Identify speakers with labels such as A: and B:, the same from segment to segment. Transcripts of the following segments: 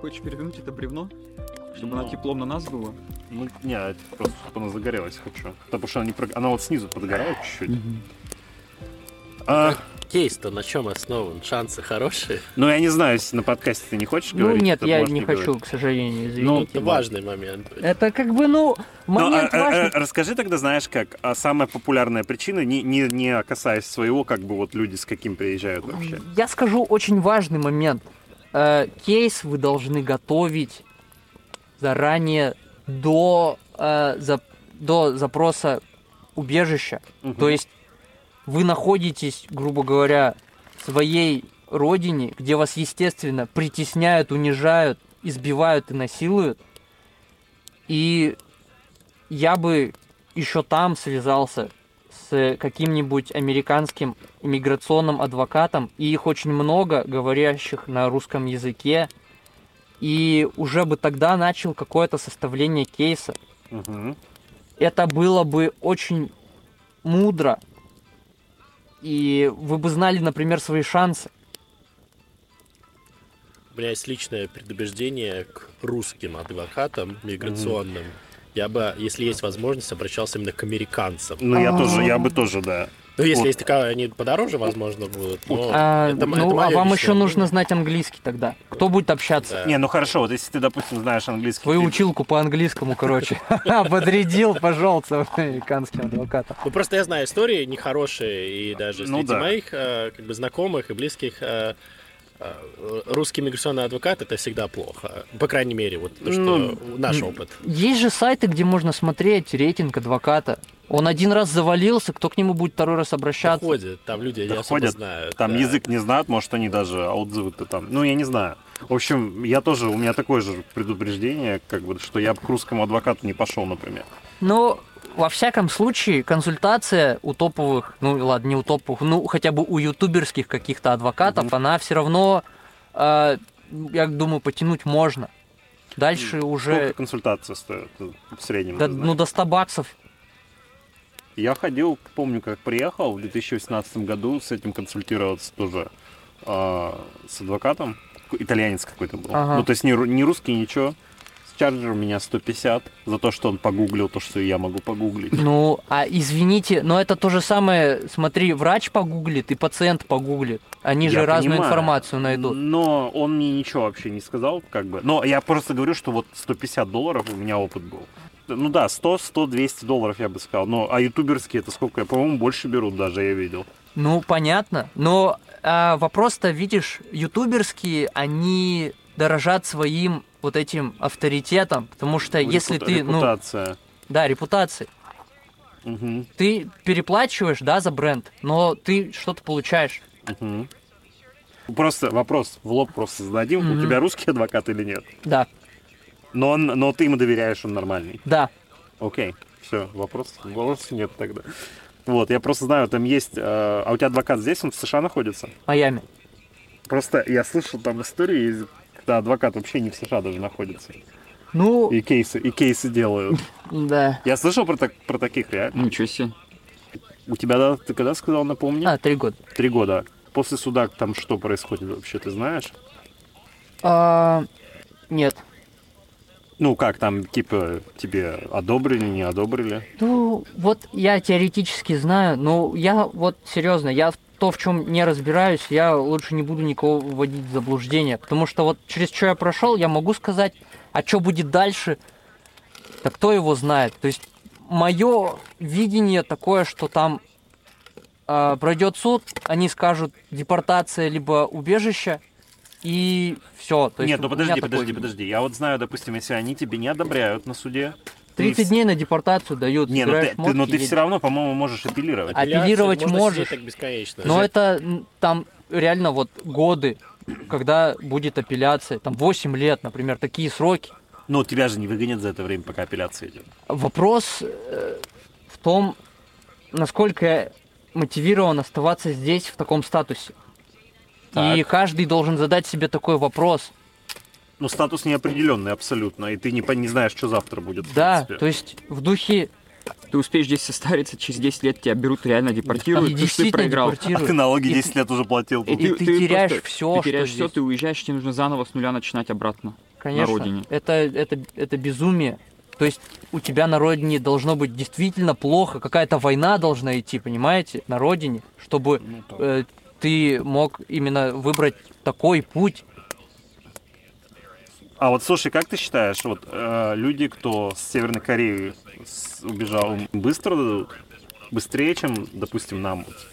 A: хочешь перевернуть это бревно, чтобы оно теплом на нас было?
B: Ну, не, это просто, чтобы она загорелась хочу. Потому что она, не прог- она вот снизу подгорает чуть-чуть. А,
C: Кейс-то на чем основан? Шансы хорошие?
B: ну, я не знаю, если на подкасте ты не хочешь
D: Ну
B: говорить.
D: нет,
B: то
D: я
B: можешь
D: не хочу,
B: говорить.
D: к сожалению,
B: Ну, э,
D: извините.
C: Это важный момент.
D: Это как бы, ну,
B: Ну, а,
D: момент
B: а, а,
D: важный.
B: расскажи тогда, знаешь, как а, самая популярная причина, не, не, не касаясь своего, как бы вот люди с каким приезжают вообще.
D: Я скажу очень важный момент. Э, Кейс вы должны готовить заранее до, э, зап- до запроса убежища. То есть вы находитесь, грубо говоря, в своей родине, где вас, естественно, притесняют, унижают, избивают и насилуют. И я бы еще там связался с каким-нибудь американским иммиграционным адвокатом, и их очень много, говорящих на русском языке, и уже бы тогда начал какое-то составление кейса.
B: Мгм.
D: Это было бы очень мудро, и вы бы знали, например, свои шансы.
C: У меня есть личное предубеждение к русским адвокатам миграционным. Я бы, если есть возможность, обращался именно к американцам.
B: Ну,
D: А.
B: я тоже, я бы тоже, да.
C: Ну, если
B: Вот.
C: есть такая, они подороже, возможно, будут. но
D: А,
C: это м- это
D: ну, а
C: моё
D: вам
C: личное
D: еще нужно
C: мнение.
D: знать английский тогда. Кто будет общаться?
C: Да.
B: Не, ну хорошо, вот если ты, допустим, знаешь английский.
D: Свою
B: ты-
D: училку по английскому, короче. Подрядил, пожалуйста, американским адвокатом.
C: Ну, просто я знаю истории нехорошие, и даже
B: Ну
C: среди
B: да.
C: моих э, как бы знакомых и близких э, э, русский миграционный адвокат это всегда плохо. По крайней мере, вот то, что
B: Ну,
C: наш опыт.
D: Есть же сайты, где можно смотреть рейтинг адвоката. Он один раз завалился, кто к нему будет второй раз обращаться?
C: Ходят, там люди не особо
B: Ходят,
C: знают.
B: там
C: да.
B: язык не знают, может, они даже отзывы-то там. Ну, я не знаю. В общем, я тоже, у меня такое же предупреждение, как бы, что я б к русскому адвокату не пошел, например.
D: Но Ну, во всяком случае, консультация у топовых, ну ладно, не у топовых, ну хотя бы у ютуберских каких-то адвокатов, она все равно, э, я думаю, потянуть можно. Дальше
B: Сколько
D: уже
B: консультация стоит э, в среднем?
D: до-
B: ты знаешь?
D: ну, до 100 баксов.
B: Я ходил, помню, как приехал в 2018 году с этим консультироваться тоже а, с адвокатом. Итальянец какой-то был.
D: Ага.
B: Ну, то есть не, ру- не русский, ничего. С чарджером меня 150 за то, что он погуглил то, что и я могу погуглить.
D: Ну, а извините, но это то же самое, смотри, врач погуглит и пациент погуглит. Они же
B: Я
D: разную
B: понимаю,
D: информацию найдут.
B: Но он мне ничего вообще не сказал, как бы. Но я просто говорю, что вот 150 долларов у меня опыт был. Ну да, 100, 100, 200 долларов я бы сказал. Но а ютуберские это сколько? Я, по-моему, больше берут даже, я видел.
D: Ну, понятно. Но а, вопрос-то, видишь, ютуберские, они дорожат своим вот этим авторитетом, потому что Э, если
B: Репу-
D: ты, ну,
B: Репутация.
D: да, репутацией,
B: Мгм,
D: ты переплачиваешь, да, за бренд, но ты что-то получаешь.
B: мгм. Просто вопрос в лоб просто зададим. У
D: Мгм.
B: тебя русский адвокат или нет?
D: Да,
B: Но, он, но ты ему доверяешь, он нормальный.
D: да.
B: Окей, все, вопрос, вопросов нет тогда. Вот, я просто знаю, там есть... э, а у тебя адвокат здесь, он в США находится?
D: Майами.
B: Просто я слышал там истории, из- когда адвокат вообще не в США даже находится.
D: Ну,
B: И кейсы, и кейсы делают.
D: да.
B: Я слышал про, так- про таких реально.
A: Ничего себе.
B: У тебя, да, ты когда сказал, напомни?
D: А, три года.
B: Три года. После суда там что происходит вообще, ты знаешь?
D: А, нет.
B: Ну как, там, типа, тебе одобрили, не одобрили?
D: Ну, вот я теоретически знаю, но я вот серьезно, я в то, в чем не разбираюсь, я лучше не буду никого вводить в заблуждение. Потому что вот через что я прошел, я могу сказать, а что будет дальше, да кто его знает. То есть мое видение такое, что там а, пройдет суд, они скажут депортация либо убежище, и все.
B: Нет, ну подожди, подожди, подожди. Я вот знаю, допустим, если они тебе не одобряют на суде... ты
D: 30
B: вс-
D: дней на депортацию дают.
B: Не, ну
D: собираешь
B: ты, ты- но
D: мозг и
B: ты
D: едешь.
B: все равно, по-моему, можешь апеллировать.
D: Апеллировать
C: Можно сидеть
D: можешь.
C: так бесконечно.
D: Но это м, там реально вот годы, когда будет апелляция, там 8 лет, например, такие сроки.
B: Но тебя же не выгонят за это время, пока апелляция идет.
D: Вопрос э, в том, насколько я мотивирован оставаться здесь в таком статусе. И
B: Так.
D: каждый должен задать себе такой вопрос.
B: Ну, статус неопределенный абсолютно, и ты не, по- не знаешь, что завтра будет. в
D: Да,
B: принципе.
D: то есть в духе
A: Ты успеешь здесь состариться, через 10 лет тебя берут, реально депортируют, потому что ты
D: действительно
A: проиграл.
B: А ты
D: депортируют.
B: налоги
D: И
B: 10 лет уже платил.
A: И
D: ты теряешь всё,
A: ты теряешь
D: что
A: все,
D: здесь.
A: ты уезжаешь, тебе нужно заново с нуля начинать обратно.
D: конечно.
A: на родине.
D: Это, это, это безумие. То есть у тебя на родине должно быть действительно плохо, какая-то война должна идти, понимаете, на родине, чтобы
B: Ну, так.
D: э, ты мог именно выбрать такой путь.
B: А вот слушай, как ты считаешь, вот э, люди, кто с Северной Кореи с- убежал, быстро, быстрее, чем, допустим, нам вот,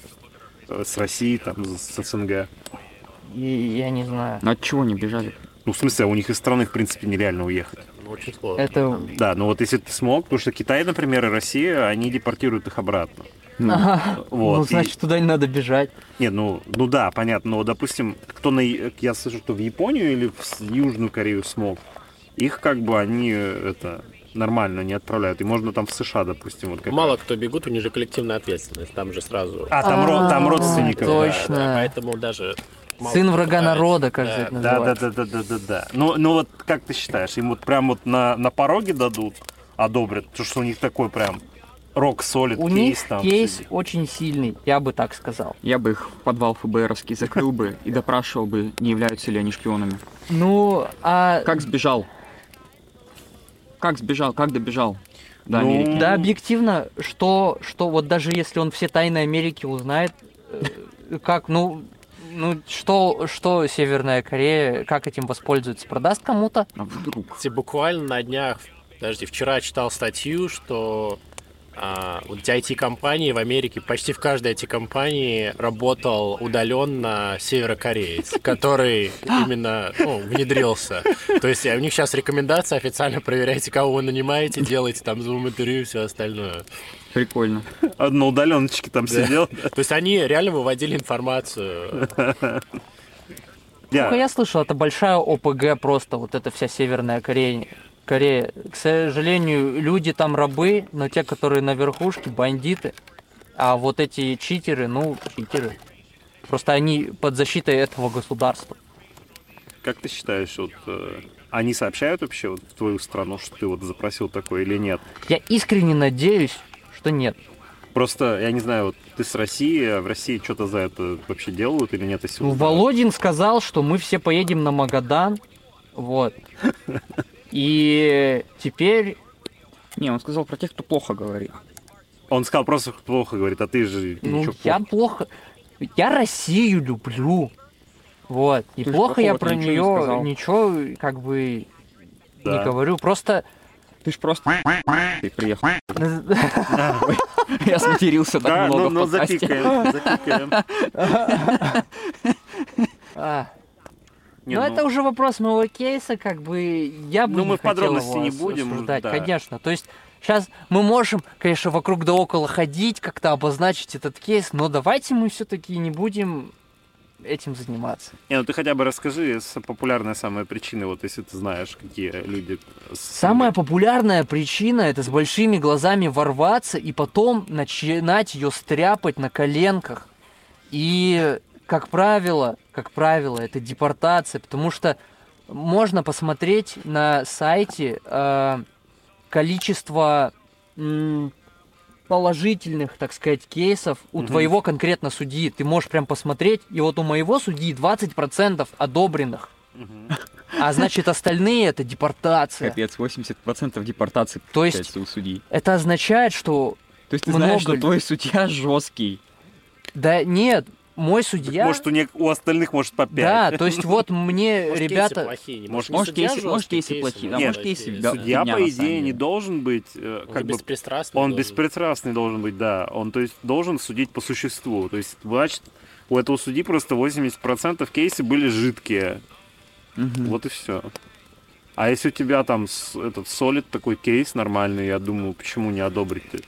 B: э, с России, там, с с СНГ?
D: И я не знаю.
A: Но от чего не бежали?
B: Ну, в смысле, у них из страны, в принципе, нереально уехать.
C: Ну, Очень сложно.
D: Это
B: Да, но вот если ты смог, потому что Китай, например, и Россия, они депортируют их обратно.
A: Ну,
D: Ага.
B: Вот,
D: ну,
B: и-
D: значит, туда не надо бежать.
B: Не, ну, ну да, понятно, но, допустим, кто на... Я слышу, что в Японию или в с- Южную Корею смог, их как бы они, э, это, нормально не отправляют. И можно там в США, допустим, вот как
C: Мало кто бегут, у них же коллективная ответственность. Там же сразу.
B: А, там, ро- там
D: А,
B: родственников.
C: Да,
D: точно.
C: да, поэтому даже... мало
D: Сын
C: кто
D: врага
C: пытается.
D: народа, как же
C: Да,
D: это
B: Да, да,
D: называется.
B: да, да, да, да, да. Ну, ну вот как ты считаешь, им вот прям вот на, на пороге дадут, одобрят, потому что у них такой прям рок солид
D: У
B: кейс
D: них
B: там.
D: кейс
B: сидит.
D: очень сильный, я бы так сказал.
A: я бы их в подвал ФБРовский закрыл бы и допрашивал бы, не являются ли они шпионами.
D: Ну, а
A: Как сбежал? Как сбежал? Как добежал до
B: Ну,
A: Америки?
D: Да, объективно, что, что вот даже если он все тайны Америки узнает, э, как, ну, ну, что, что Северная Корея, как этим воспользуется? Продаст кому-то?
A: А вдруг?
C: Кстати, буквально на днях, подожди, вчера читал статью, что а, вот эти IT-компании в Америке, почти в каждой IT-компании работал удаленно северокореец, который именно ну, внедрился. То есть а у них сейчас рекомендация официально проверяйте, кого вы нанимаете, делайте там зум-интервью и все остальное.
A: Прикольно.
B: А, На удаленочке там сидел.
C: То есть они реально выводили информацию.
B: Да.
D: Только я слышал, это большая ОПГ просто, вот эта вся Северная Корея. Корея. К сожалению, люди там рабы, но те, которые на верхушке, бандиты. А вот эти читеры, ну, читеры. Просто они под защитой этого государства.
B: Как ты считаешь, вот э, они сообщают вообще вот, в твою страну, что ты вот запросил такое или нет?
D: Я искренне надеюсь, что нет.
B: Просто, я не знаю, вот ты с России, а в России что-то за это вообще делают или нет? если
D: Ну,
B: узнают?
D: Володин сказал, что мы все поедем на Магадан. Вот. И теперь...
A: Не, он сказал про тех, кто плохо говорит.
B: Он сказал просто плохо, говорит, а ты же
D: Ну,
B: ничего
D: я
B: плохо.
D: плохо... Я Россию люблю. Вот. И
A: Ты ж
D: плохо я
A: плохого-то
D: про
A: ничего не
D: нее
A: сказал.
D: ничего, как бы, не
B: Да.
D: говорю. Просто...
A: Ты ж просто ты приехал. Я сматерился
B: Да,
A: так много
B: ну, ну
A: в подкасте.
B: запикаем, запикаем.
D: А,
B: Не,
D: ну,
B: ну-
D: это уже вопрос моего кейса, как бы я бы
B: Ну,
D: не
B: мы в
D: хотел
B: подробности
D: его
B: не
D: ос-
B: будем,
D: Обсуждать,
B: да.
D: конечно. То есть сейчас мы можем, конечно, вокруг да около ходить, как-то обозначить этот кейс, но давайте мы все-таки не будем этим заниматься.
B: Не, ну ты хотя бы расскажи с- популярные самые причины, вот если ты знаешь, какие люди... с-
D: Самая популярная причина это с большими глазами ворваться и потом начинать ее стряпать на коленках. И, как правило, как правило, это депортация, потому что можно посмотреть на сайте э, количество м, положительных, так сказать, кейсов у
B: Мгм.
D: твоего конкретно судьи. Ты можешь прям посмотреть, и вот у моего судьи 20% одобренных.
B: Мгм.
D: А значит, остальные это депортация.
A: Капец, 80% депортации
D: То есть-
A: получается у судей.
D: Это означает, что
A: То есть ты
D: Много
A: знаешь, что
D: ли?
A: твой судья жесткий.
D: да нет, мой
B: Так
D: судья.
B: Может, у, нек- у остальных, может, по
D: да,
B: 5.
D: то есть вот мне
C: Может,
D: ребята.
C: кейсы плохие, не
B: Может,
C: не
A: может,
C: судья
A: кейсы-
C: жесткий,
A: может, кейсы
C: кейсы
A: плохие, да,
C: могут
A: может,
C: быть
A: кейсы,
C: и-
A: да.
B: Судья,
A: Фигня,
B: по
A: на
B: идее,
A: самом
B: не
A: деле.
B: должен быть... э,
C: Он
B: Как бы,
C: беспристрастный
B: он
C: должен быть.
B: беспристрастный должен быть, да. Он, то есть, должен судить по существу. То есть, значит, у этого судьи просто 80% кейсы были жидкие.
A: Мгм.
B: Вот и все. А если у тебя там с- этот солид такой кейс нормальный, я думаю, почему не одобрить это?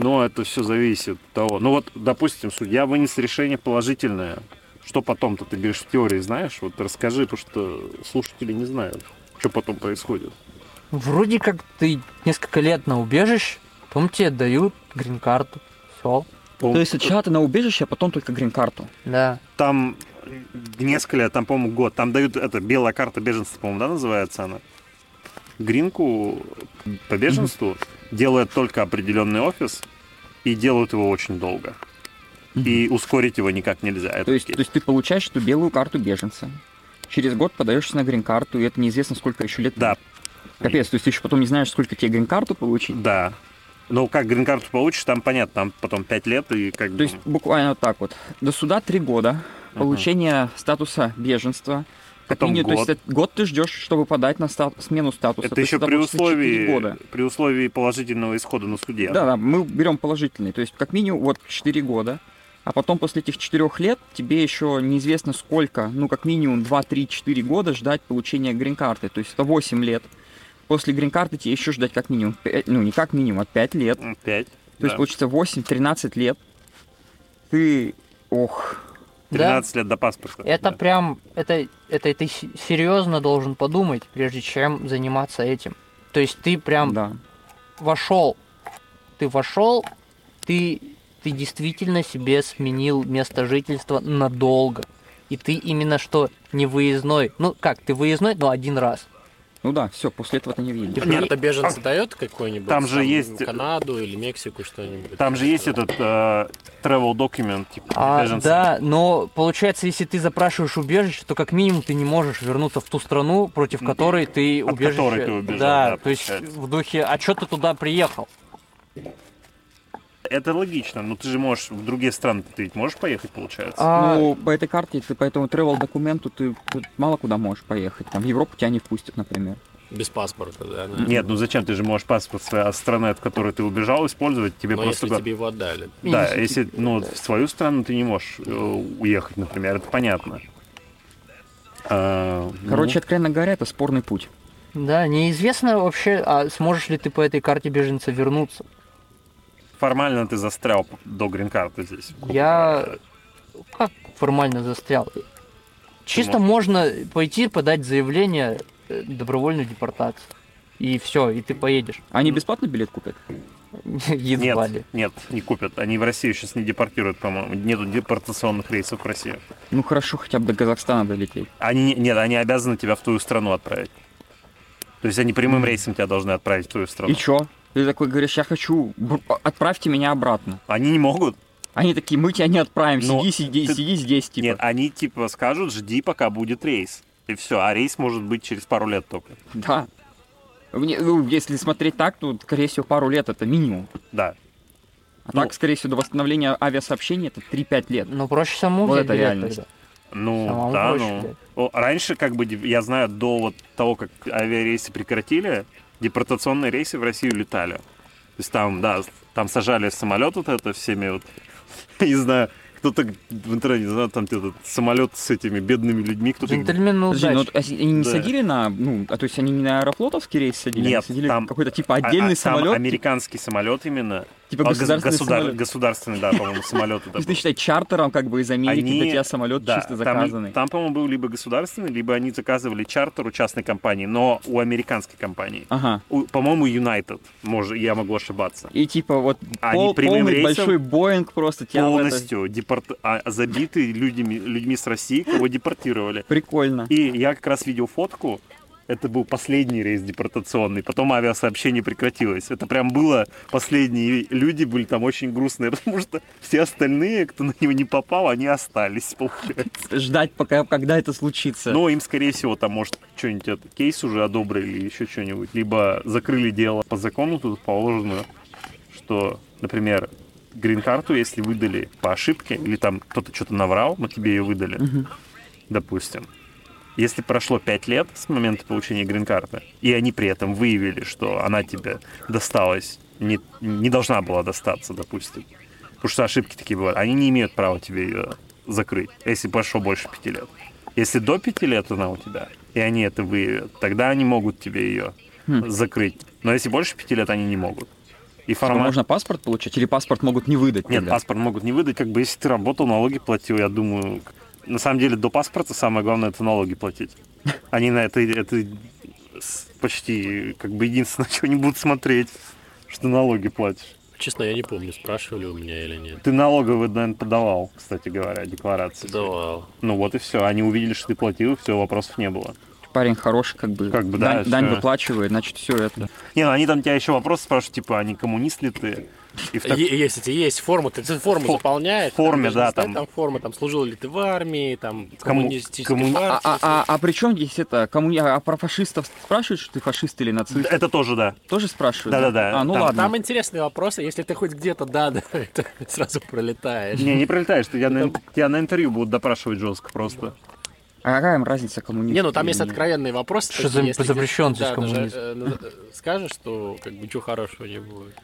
B: Но это все зависит от того. Ну вот, допустим, судья вынес решение положительное. Что потом-то ты берешь в теории, знаешь? Вот расскажи, потому что слушатели не знают, что потом происходит.
D: Вроде как ты несколько лет на убежище, потом тебе дают грин-карту. Все.
A: То есть сначала ты на убежище, а потом только грин-карту.
D: Да.
B: Там несколько лет, там, по-моему, год. Там дают, это, белая карта беженства, по-моему, да, называется она? Гринку по беженству делает только определенный офис, и делают его очень долго. И ускорить его никак нельзя.
A: То
B: этот
A: есть,
B: кейс.
A: то есть ты получаешь эту белую карту беженца. через год подаешься на грин-карту, и это неизвестно, сколько еще лет.
B: Да,
A: Капец, то есть ты еще потом не знаешь, сколько тебе грин-карту получить.
B: да. Ну, как грин-карту получишь, там понятно, там потом 5 лет и как
A: То
B: бы...
A: есть буквально вот так вот. До суда три года, получение статуса беженства. Как
B: Потом
A: минимум,
B: год.
A: То есть это год ты ждешь, чтобы подать на стат- смену статуса.
B: это
A: То есть
B: еще при
A: допустим, четыре
B: условии,
A: года.
B: при условии положительного исхода на суде.
A: Да, да, мы берем положительный. То есть, как минимум, вот 4 года. А потом после этих 4 лет тебе еще неизвестно сколько, ну, как минимум 2, 3, 4 года ждать получения грин-карты. То есть это 8 лет. После грин-карты тебе еще ждать как минимум, пя- ну, не как минимум, а 5 лет. То
B: 5.
A: есть получится 8, 13 лет. Ты, ох,
D: Да?
B: 13 лет до паспорта.
D: Это
B: Да.
D: прям, это, это ты се- серьезно должен подумать, прежде чем заниматься этим. То есть ты прям
A: да.
D: вошел, ты вошел, ты, ты действительно себе сменил место жительства надолго. И ты именно что не выездной. Ну как, ты выездной, но один раз.
A: Ну да, все, после этого ты не видишь.
C: Карта беженца дает какой-нибудь?
B: А, Там же есть-
C: Канаду или Мексику что-нибудь.
B: Там же есть этот э, travel document, типа,
D: А,
B: беженца.
D: да, но получается, если ты запрашиваешь убежище, то как минимум ты не можешь вернуться в ту страну, против которой ты
B: От
D: убежище.
B: которой ты убежал,
D: да,
B: да,
D: то есть
B: получается.
D: в духе, а что ты туда приехал?
B: Это логично, но ты же можешь в другие страны, ты ведь можешь поехать, получается?
D: А,
A: Ну, по этой карте, ты по этому travel документу ты тут мало куда можешь поехать. Там в Европу тебя не впустят, например.
C: Без паспорта, да? наверное.
B: Нет, ну зачем ты же можешь паспорт своей от страны, от которой ты убежал, использовать? Тебе
C: Но
B: просто
C: если
B: го-
C: тебе его отдали.
B: Да,
D: Если
B: если ну, в свою страну ты не можешь э, уехать, например, это понятно. А, ну,
A: Короче, откровенно говоря, это спорный путь.
D: Да, неизвестно вообще, а сможешь ли ты по этой карте беженца вернуться.
B: формально ты застрял до грин-карты здесь.
D: Я как формально застрял? Чисто можно пойти подать заявление э, добровольную депортацию. И все, и ты поедешь.
A: Они бесплатно билет купят?
D: Едва ли.
B: Нет, нет, не купят. Они в Россию сейчас не депортируют, по-моему. Нету депортационных рейсов в Россию.
A: Ну хорошо, хотя бы до Казахстана долететь.
B: Они, нет, они обязаны тебя в твою страну отправить. То есть они прямым рейсом тебя должны отправить в твою страну.
A: И чё? Ты такой говоришь, я хочу, б- отправьте меня обратно.
B: Они не могут.
A: Они такие, мы тебя не отправим,
B: Но
A: сиди, сиди,
B: Ну, ты-
A: сиди здесь, типа.
B: Нет, они типа скажут, жди, пока будет рейс. И все, а рейс может быть через пару лет только.
A: Да. Мне- ну, если смотреть так, то, скорее всего, пару лет это минимум.
B: Да.
A: А
B: Ну.
A: так, скорее всего, до восстановления авиасообщения это 3-5 лет.
D: Но проще самому
A: Вот
D: взять
A: это
D: билет
A: реальность.
D: тогда.
B: Ну,
D: Самому
B: да,
D: проще,
B: ну.
D: блядь.
B: О, Раньше, как бы, деп- я знаю, до вот того, как авиарейсы прекратили, депортационные рейсы в Россию летали. То есть там, да, там сажали в самолет вот это всеми вот, не знаю, кто-то в интернете, не знаю, там этот самолет с этими бедными людьми, кто-то...
D: Джентльмены
A: Подожди, ну,
D: удачи.
A: а с- они не
B: Да.
A: садили на, ну, а то есть они не на аэрофлотовский рейс садили, они
B: Нет,
A: садили
B: там-
A: какой-то типа
B: А- а
A: отдельный
B: там
A: самолет,
B: американский самолет именно.
A: типа
B: А, гос-
A: государственный
B: государ-
A: самолет.
B: Государственный, да, по-моему, самолет это
A: То есть ты
B: был.
A: считай чартером как бы из Америки
B: Они-
A: для тебя самолет
B: Да,
A: чисто
B: там-
A: заказанный.
B: Там, по-моему, был либо государственный, либо они заказывали чартер у частной компании, но у американской компании.
A: Ага.
B: У- По-моему, United. Может, я могу ошибаться.
A: И типа вот
B: А, Они
A: пол-
B: прямым
A: полный
B: рейсом
A: большой Боинг просто тебя в это-
B: Полностью депорт- а, забиты людьми, людьми с России, кого депортировали.
A: Прикольно.
B: И я как раз видел фотку. Это был последний рейс депортационный. Потом авиасообщение прекратилось. Это прям было последние люди были там очень грустные, потому что все остальные, кто на него не попал, они остались, получается.
A: Ждать, пока, когда это случится.
B: Но им, скорее всего, там, может, что-нибудь этот кейс уже одобрили, еще что-нибудь. Либо закрыли дело по закону, тут положено, что, например, грин-карту, если выдали по ошибке, или там кто-то что-то наврал, но тебе ее выдали, допустим. Если прошло 5 лет с момента получения грин-карты, и они при этом выявили, что она тебе досталась, не, не должна была достаться, допустим, потому что ошибки такие бывают, они не имеют права тебе ее закрыть, если прошло больше 5 лет. Если до 5 лет она у тебя, и они это выявят, тогда они могут тебе ее закрыть. Но если больше 5 лет, они не могут. И
A: Типа,
B: формально...
A: Можно паспорт получать или паспорт могут не выдать?
B: Нет,
A: тебе?
B: паспорт могут не выдать, как бы если ты работал, налоги платил, я думаю. На самом деле до паспорта самое главное это налоги платить. Они на это, это с- почти как бы единственное, чего не будут смотреть, что ты налоги платишь.
C: Честно, я не помню, спрашивали у меня или нет.
B: Ты налоговый, наверное, подавал, кстати говоря, декларацию.
C: Давал.
B: Ну вот и все. Они увидели, что ты платил, все, вопросов не было.
A: парень хороший, как бы,
B: Как бы, да,
A: дань, дань
B: всё.
A: выплачивает, значит, все это.
B: Не, ну они там тебя еще вопросы спрашивают, типа, а не коммунист ли ты? И в так-
C: Е- Если тебе есть форма, ты ты форму
B: Фо-
C: заполняешь.
B: форме,
C: даже
B: да,
C: не знаю,
B: там.
C: там форма, там служил ли ты в армии, там
B: Кому-
C: коммунистической
B: кому-
A: А,
C: партии.
A: а, а- а при чем здесь это? Кому я а про фашистов спрашивают, что ты фашист или нацист?
B: Это тоже, да.
A: Тоже спрашивают?
B: Да-да-да.
A: А, ну
B: Там-
A: ладно.
C: Там интересные вопросы, если ты хоть где-то да, да, это сразу пролетаешь.
B: Не, не пролетаешь, ты- тебя на, тебя на интервью будут допрашивать жестко просто.
A: А какая им разница, кому
C: Не, ну там есть откровенные вопросы.
D: Что за
C: если где-то,
D: запрещен здесь
C: да, даже,
D: коммунизм?
C: э, наз- э, Скажешь, что как бы ничего хорошего не будет.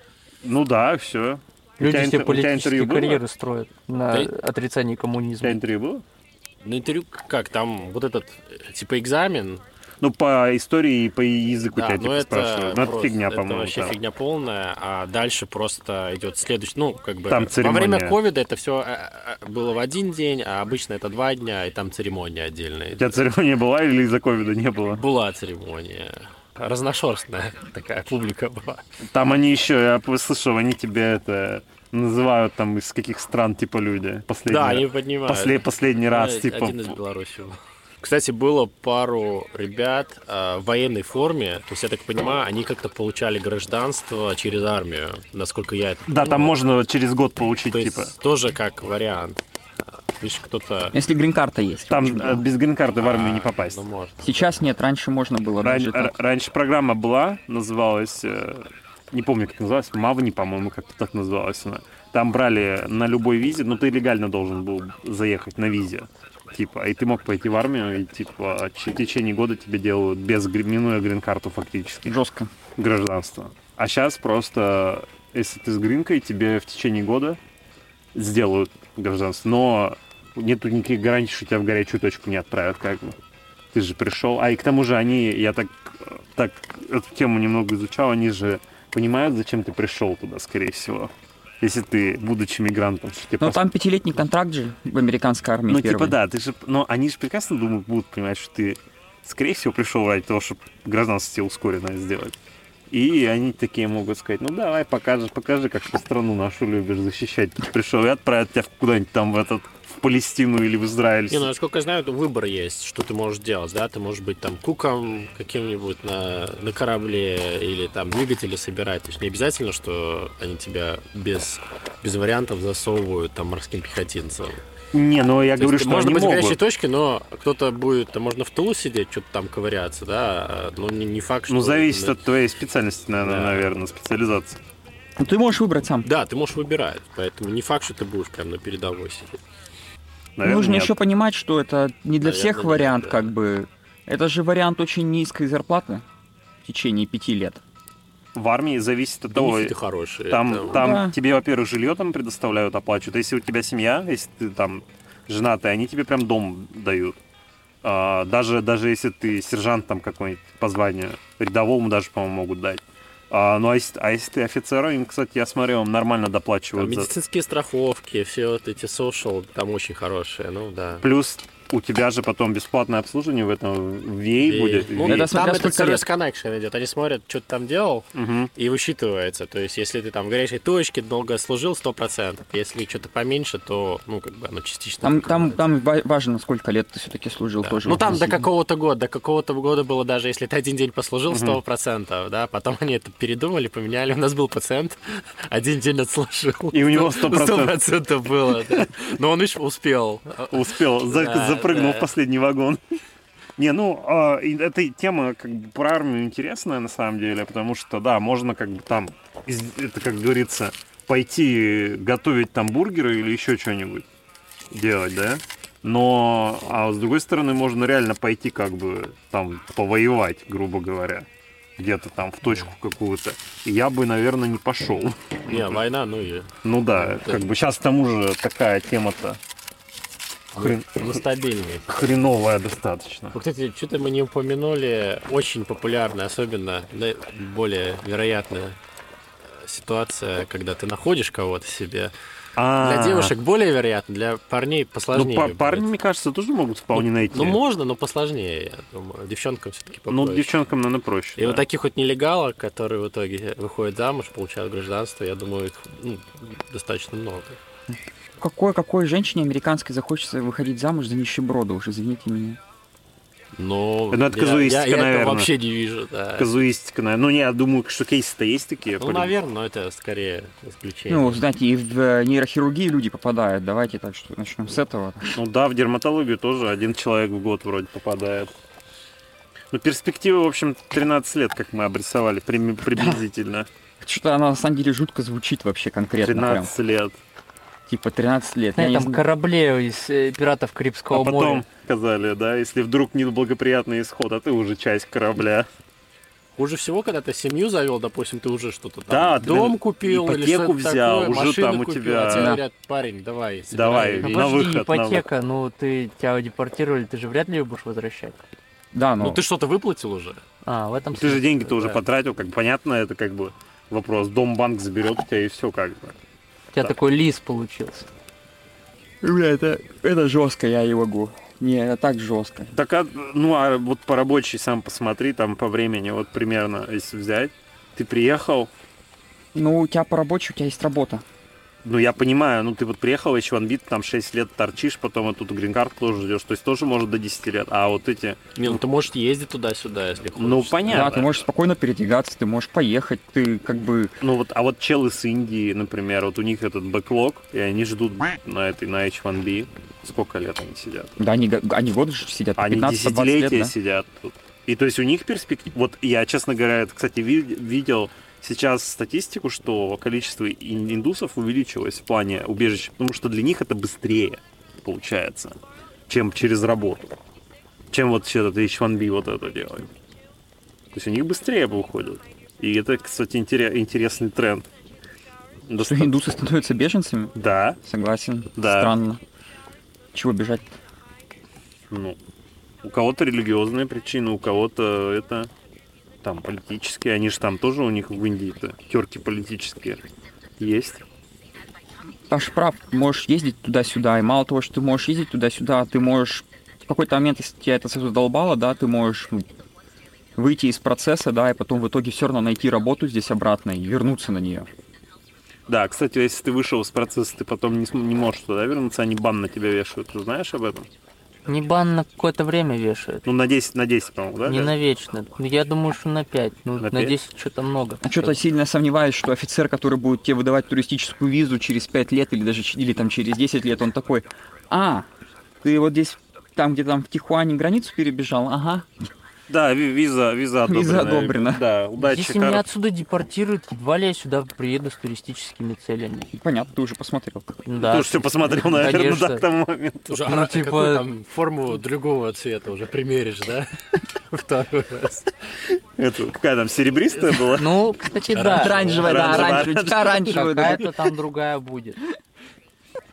B: Ну да, все.
D: Люди
B: тебя
D: себе
B: интер- у тебя интервью
D: политические
B: было?
D: карьеры строят на
C: Да.
D: отрицании
B: У тебя
D: коммунизма.
B: интервью было?
C: На интервью как там вот этот э, типа экзамен.
B: Ну, по истории и по языку
C: Да,
B: тебя
C: ну
B: типа
C: это,
B: спрашивают. Ну, это
C: просто-
B: фигня,
C: это
B: по-моему.
C: вообще
B: там.
C: фигня полная, а дальше просто идет следующий, ну как бы.
B: Там
C: во время
B: церемония.
C: ковида это все было в один день, а обычно это два дня и там церемония отдельная.
B: У тебя церемония была или из-за ковида не было?
C: Была церемония. Разношерстная такая публика была.
B: Там они еще, я п- слышал, они тебя это называют там из каких стран типа люди. Последний,
C: Да, они
B: раз.
C: поднимают.
B: После- последний раз,
C: Э,
B: типа.
C: Один из Беларуси. был. Кстати, было пару ребят э, в военной форме, то есть, я так понимаю, они как-то получали гражданство через армию, насколько я это
B: Да,
C: понимаю.
B: там можно через год получить,
C: Ну, То есть,
B: типа.
C: тоже как вариант. Видишь, кто-то...
A: Если грин-карта есть.
B: Там
A: в общем, да.
B: э, без грин-карты в армию не попасть.
C: Ну, может.
A: Сейчас нет, раньше можно было.
B: Ран-
A: даже
B: р-
A: так.
B: раньше программа была, называлась, э, не помню, как называлась, Мавни, по-моему, как-то так называлась она. Там брали на любой визе, но ты легально должен был заехать на визе. Типа, и ты мог пойти в армию, и типа ч- в течение года тебе делают без гри- минуя грин-карту фактически
A: Жестко.
B: гражданство. А сейчас просто, если ты с гринкой, тебе в течение года сделают гражданство. Но нету никаких гарантий, что тебя в горячую точку не отправят, как бы. Ты же пришел. А и к тому же они, я так, э, так эту тему немного изучал, они же понимают, зачем ты пришел туда, скорее всего. Если ты, будучи мигрантом, что тебе
A: Но
B: пос-
A: там пятилетний контракт же в американской армии.
B: ну,
A: первый.
B: типа, да, ты же. Но они же прекрасно думают, будут понимать, что ты, скорее всего, пришел ради того, чтобы гражданство тебе ускоренно сделать. И они такие могут сказать, ну давай, покажешь, покажи, как ты страну нашу любишь защищать. Ты пришел и отправят тебя в- куда-нибудь там в этот, в Палестину или в Израиль.
C: Не, ну, насколько я знаю, тут выбор есть, что ты можешь делать, да? Ты можешь быть там куком каким-нибудь на, на корабле или там двигатели собирать. То есть не обязательно, что они тебя без, без вариантов засовывают там морским пехотинцем.
B: Не, ну я
C: То
B: говорю,
C: есть
B: что
C: можно
B: они
C: быть в горячей
B: могут.
C: точке, но кто-то будет, там, можно в тылу сидеть, что-то там ковыряться, да? Но не, не факт, что...
B: Ну, зависит
C: именно-
B: от твоей специальности, наверное,
C: Да.
B: наверное, специализации.
A: Ну, ты можешь выбрать сам.
C: Да, ты можешь выбирать, поэтому не факт, что ты будешь прям на передовой сидеть.
B: Наверное,
A: Нужно
B: нет.
A: еще понимать, что это не для
C: Наверное,
A: всех
C: нет,
A: вариант,
C: да.
A: как бы. Это же вариант очень низкой зарплаты в течение пяти лет.
B: В армии зависит от того,
C: Бенефиты хорошие.
B: Там, там
A: Да.
B: тебе, во-первых, жилье там предоставляют, оплачивают. А Если у тебя семья, если ты там женатый, они тебе прям дом дают. А, даже, даже если ты сержант там какой-нибудь по званию, рядовому даже, по-моему, могут дать. А, ну, а если, а если ты офицер, им, кстати, я смотрел, им нормально
C: Там
B: доплачивают. за-
C: медицинские страховки, все вот эти social, там очень хорошие, ну да.
B: Плюс у тебя же потом бесплатное обслуживание в этом в VA
C: И-
B: будет. VA.
C: ну,
A: это
C: там
A: смотря
C: этот
A: сколько
C: сервис connection идет. Они смотрят, что ты там делал,
B: Мгм.
C: и высчитывается. То есть, если ты там в горячей точке долго служил, 100%. Если что-то поменьше, то, ну, как бы оно частично...
A: Там, там,
C: покрывается.
A: там ва- важно, сколько лет ты все-таки служил
C: Да.
A: тоже.
C: Ну, там до
A: относительно.
C: какого-то года. До какого-то года было даже, если ты один день послужил, 100%, да. Потом они это передумали, поменяли. У нас был пациент, один день отслужил.
B: И у него 100%
C: 100% было, да. Но он еще успел. А,
B: Успел, за-
C: Да,
B: запрыгнул
C: да.
B: в последний вагон. Не, ну, а, и эта тема как бы про армию интересная на самом деле, потому что, да, можно как бы там, из- это как говорится, пойти готовить там бургеры или еще что-нибудь делать, да? Но, а с другой стороны, можно реально пойти как бы там повоевать, грубо говоря, где-то там в точку какую-то. И я бы, наверное, не пошел.
C: Не, война, ну и
B: Ну да, как бы сейчас к тому же такая тема-то хрен-
C: нестабильный.
B: хреновая достаточно.
C: Ну, Кстати, что-то мы не упомянули очень популярная, особенно да, более вероятная э, ситуация, когда ты находишь кого-то себе. Для девушек более вероятно, для парней
B: А, Ну,
C: посложнее.
B: па-
C: будет.
B: парни, мне кажется, тоже могут вполне найти.
C: Ну, можно, но посложнее, я думаю. Девчонкам все-таки
B: Ну,
C: попроще.
B: девчонкам, наверное, проще.
C: И
B: да.
C: вот таких вот нелегалок, которые в итоге выходят замуж, получают гражданство, я думаю, их ну, достаточно много.
A: Какой, какой женщине американской захочется выходить замуж за нищеброда уж, извините меня.
C: Ну,
B: Ну, это
C: я-
B: казуистика,
C: я, я этого
B: наверное.
C: вообще не вижу, да.
B: Казуистика, наверное. Ну, не, я думаю, что кейсы-то есть такие.
C: Ну,
B: блин.
C: наверное, но это скорее исключение.
A: Ну, знаете, и в э, нейрохирургии люди попадают. Давайте так что начнем с этого.
B: Ну да, в дерматологию тоже один человек в год вроде попадает. Ну, перспектива, в общем, 13 лет, как мы обрисовали, прим- приблизительно.
A: Что-то она на самом деле жутко звучит вообще конкретно. прям.
B: 13 лет.
A: Типа 13 лет. Я
D: На
A: не
D: этом
A: знаю.
D: корабле из э, пиратов Карибского
B: А потом
D: моря.
B: сказали, да, если вдруг неблагоприятный исход, а ты уже часть корабля.
C: Хуже всего, когда ты семью завел, допустим, ты уже что-то там,
B: Да, ты
C: дом купил, или
B: ипотеку
C: что-то
B: взял,
C: такое,
B: уже
C: машину
B: там у
C: купил,
B: тебя-
C: а тебе
A: Да.
C: говорят, парень, давай,
B: Давай,
C: собирай
B: на
D: Ну,
C: вещи».
D: подожди,
B: выход, на
D: ипотека, ну ты тебя депортировали, ты же вряд ли ее будешь возвращать.
A: Да, ну,
C: Ну, ты что-то выплатил уже?
D: А, в этом
B: Ты же
D: смысле.
B: деньги-то уже
C: да.
B: потратил, как понятно, это как бы вопрос. Дом банк заберет у тебя и все как бы.
D: У тебя
B: да.
D: такой лис получился.
A: Бля, это, это жестко, я не могу. Не, это так жестко.
B: Так, а, ну а вот по рабочей сам посмотри, там по времени, вот примерно, если взять, ты приехал,
A: Ну, у тебя по рабочей, у тебя есть работа.
B: ну я понимаю, ну ты вот приехал еще в Анбит, там 6 лет торчишь, потом вот тут грин-карт тоже ждешь, то есть тоже может до 10 лет, а вот эти,
C: Не, ну ты можешь ездить туда-сюда, если хочешь.
B: ну понятно,
A: да, ты можешь спокойно передвигаться, ты можешь поехать, ты как бы...
B: ну вот, а вот челы с Индии, например, вот у них этот бэклог, и они ждут на этой, на H1B, сколько лет они сидят?
A: Да, они, го- они годы же сидят, по
B: Они
A: 15-20 лет,
B: десятилетия
A: да?
B: сидят тут. И то есть у них перспектива... Вот я, честно говоря, это, кстати, ви- видел сейчас статистику, что количество ин- индусов увеличилось в плане убежищ, потому что для них это быстрее получается, чем через работу. Чем вот все это H1B вот это делаем. То есть у них быстрее выходит. И это, кстати, интере- интересный тренд.
A: Что
B: Доста-
A: индусы становятся беженцами?
B: Да,
A: Согласен.
B: Да.
A: Странно. Чего бежать?
B: Ну, у кого-то религиозные причины, у кого-то это там политические. Они же там тоже у них в Индии-то терки политические есть.
A: Паш прав, ты можешь ездить туда-сюда, и мало того, что ты можешь ездить туда-сюда, ты можешь в какой-то момент, если тебя это все задолбало, да, ты можешь ну, выйти из процесса, да, и потом в итоге все равно найти работу здесь обратно и вернуться на нее.
B: Да, кстати, если ты вышел из процесса, ты потом не, см- не можешь туда вернуться, они бан на тебя вешают. Ты знаешь об этом?
D: Не бан на какое-то время вешают.
B: Ну, на 10, на 10, по-моему, да?
D: не
B: лет?
D: на вечно. Ну, Я думаю, что на 5. Ну,
B: На
D: на,
B: пять? Ну,
D: 10 что-то много.
A: А что-то сильно сомневаюсь, что офицер, который будет тебе выдавать туристическую визу через 5 лет или даже ч- или там через 10 лет, он такой, а, ты вот здесь, там, где там в Тихуане границу перебежал, ага,
B: Да, ви- виза, виза одобрена.
A: Виза одобрена.
B: Да, удачи.
D: Если меня
B: кор-
D: отсюда депортируют, едва ли я сюда приеду с туристическими целями.
A: И понятно, ты уже посмотрел.
D: Да.
B: Ну, Ты уже все посмотрел, наверное,
D: Конечно.
B: да, к тому моменту.
C: Уже,
D: Ну,
C: а,
D: типа-
C: какую там форму другого цвета уже примеришь, да? Второй раз.
B: Это, какая там, серебристая была?
D: Ну, кстати, да.
A: Оранжевая, да,
B: Оранжевая.
A: оранжевая, чуть оранжевая, да.
D: Какая-то там другая будет.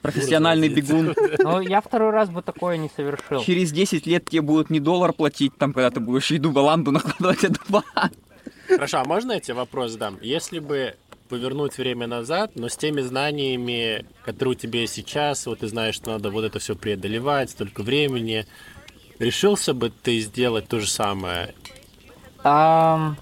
A: Профессиональный
C: Молодец.
A: бегун.
D: Но я второй раз бы такое не совершил.
A: Через 10 лет тебе будут не доллар платить, там, когда ты будешь еду баланду накладывать, а два.
C: Хорошо, а можно я тебе вопрос дам? Если бы повернуть время назад, но с теми знаниями, которые у тебя есть сейчас, вот ты знаешь, что надо вот это все преодолевать, столько времени, решился бы ты сделать то же самое?
D: Ам,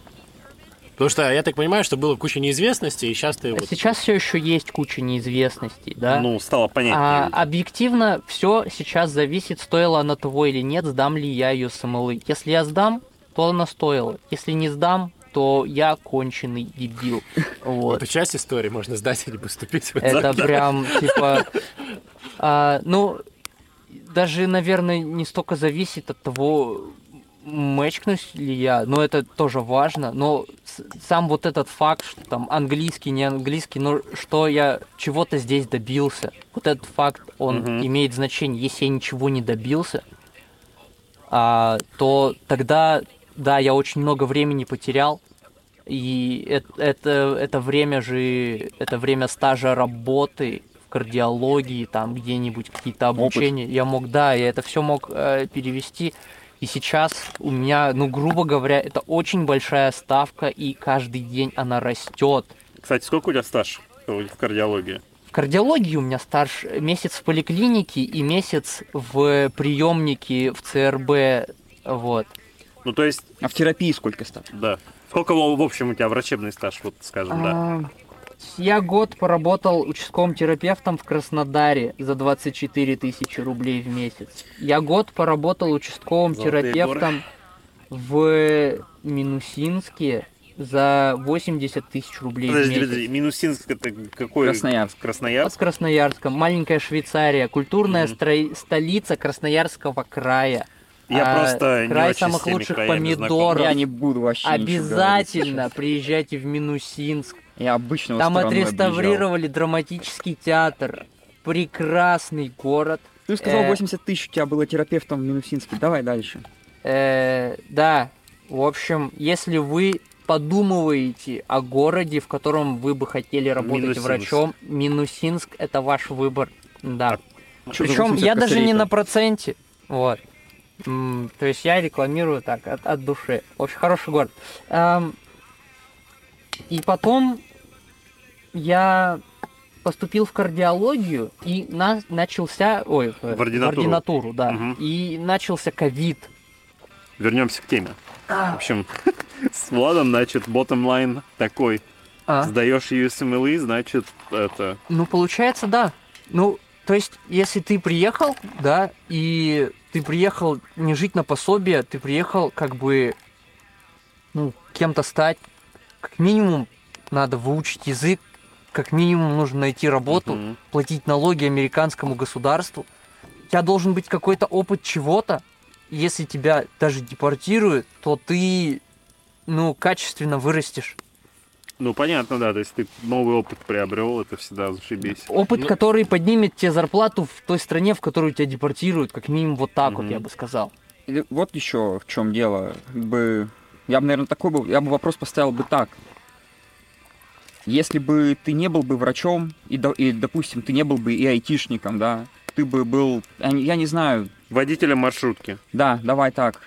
C: Потому что я так понимаю, что было куча неизвестности, и сейчас ты
D: а
C: вот...
D: сейчас все еще есть куча неизвестностей, да?
B: Ну, стало
D: А,
B: понятнее.
D: объективно все сейчас зависит, стоила она того или нет, сдам ли я ее с МЛы. Если я сдам, то она стоила. Если не сдам, то я конченый дебил. Вот.
C: Это часть истории, можно сдать или поступить.
D: Это прям типа. а, ну, даже, наверное, не столько зависит от того, мэчкнусь ли я, но это тоже важно. Но с- сам вот этот факт, что там английский, не английский, но что я чего-то здесь добился, вот этот факт, он
B: Мгм.
D: имеет значение. Если я ничего не добился, а, то тогда, да, я очень много времени потерял, и это, это, это время же, это время стажа работы в кардиологии, там где-нибудь какие-то
A: Опыт.
D: обучения. Я мог, да, я это все мог э, перевести. И сейчас у меня, ну, грубо говоря, это очень большая ставка, и каждый день она растет.
B: Кстати, сколько у тебя стаж в кардиологии?
D: В кардиологии у меня стаж месяц в поликлинике и месяц в приемнике в ЦРБ. Вот.
B: Ну, то есть
A: А в терапии сколько стало?
B: Да. Сколько в в общем у тебя врачебный стаж, вот скажем, да?
D: А, Я год поработал участковым терапевтом в Краснодаре за 24 тысячи рублей в месяц. Я год поработал участковым
B: Золотые
D: терапевтом в Минусинске за 80 тысяч рублей в
B: Подожди,
D: месяц.
B: подожди, Минусинск это какой?
A: Красноярск.
B: Красноярск?
D: С Красноярска, маленькая Швейцария, культурная
B: Мгм.
D: стро- столица Красноярского края.
B: Я
D: А,
B: просто не
D: край
B: очень с
D: самых
B: теми
D: лучших
B: краями знаком.
D: помидоров.
A: Я не буду вообще ничего говорить
D: Обязательно
A: сейчас.
D: приезжайте в Минусинск.
A: Я обычно
D: Там отреставрировали драматический театр. Прекрасный город.
A: Ты же сказал
D: Э.
A: 80 тысяч, у тебя было терапевтом в Минусинске. Давай дальше.
D: Э, да, в общем, если вы подумываете о городе, в котором вы бы хотели работать
B: Минусинск.
D: врачом, Минусинск это ваш выбор.
B: А
D: Да.
A: Чё за
D: Причем
A: 80
D: я даже не
A: косарей-то?
D: на проценте. Вот. М, то есть я рекламирую так, от, от души. Очень хороший город. Эм, и потом я поступил в кардиологию и на- начался... Ой, э,
B: В ординатуру.
D: ординатуру, да.
B: Мгм.
D: И начался ковид.
B: Вернемся к теме. В общем, с Владом, значит, ботом-лайн такой.
D: А?
B: Сдаешь USMLE, E, значит, это...
D: Ну, получается, да. Ну, то есть, если ты приехал, да, и ты приехал не жить на пособие, ты приехал как бы, ну, кем-то стать. Как минимум надо выучить язык, как минимум нужно найти работу,
B: Мгм.
D: платить налоги американскому государству. У тебя должен быть какой-то опыт чего-то. И Если тебя даже депортируют, то ты, ну, качественно вырастешь.
B: Ну, понятно, да, то есть ты новый опыт приобрел, это всегда зашибись.
D: Опыт,
C: Ну-
D: который поднимет тебе зарплату в той стране, в которую тебя депортируют, как минимум вот так вот,
B: Мгм.
D: я бы сказал.
A: Или Вот еще в чем дело. Как бы я бы, наверное, такой бы, я бы вопрос поставил бы так. Если бы ты не был бы врачом, и, до- и, допустим, ты не был бы и айтишником, да, ты бы был, я не- я не знаю,
B: Водителем маршрутки.
A: да, давай так.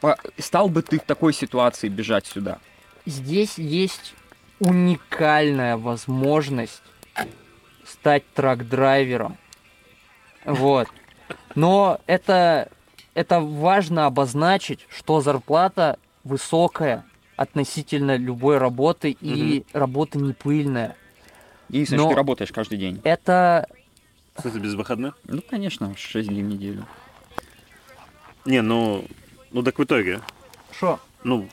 A: По- Стал бы ты в такой ситуации бежать сюда?
D: Здесь есть уникальная возможность стать трак-драйвером. Вот. Но это, это важно обозначить, что зарплата высокая относительно любой работы и работа не пыльная.
A: Денис,
D: Но-
A: ты работаешь каждый день.
D: Это
B: В смысле, без выходных?
A: Ну, конечно, 6 дней в неделю.
B: Не, ну... Ну, так в итоге.
D: что?
B: Ну,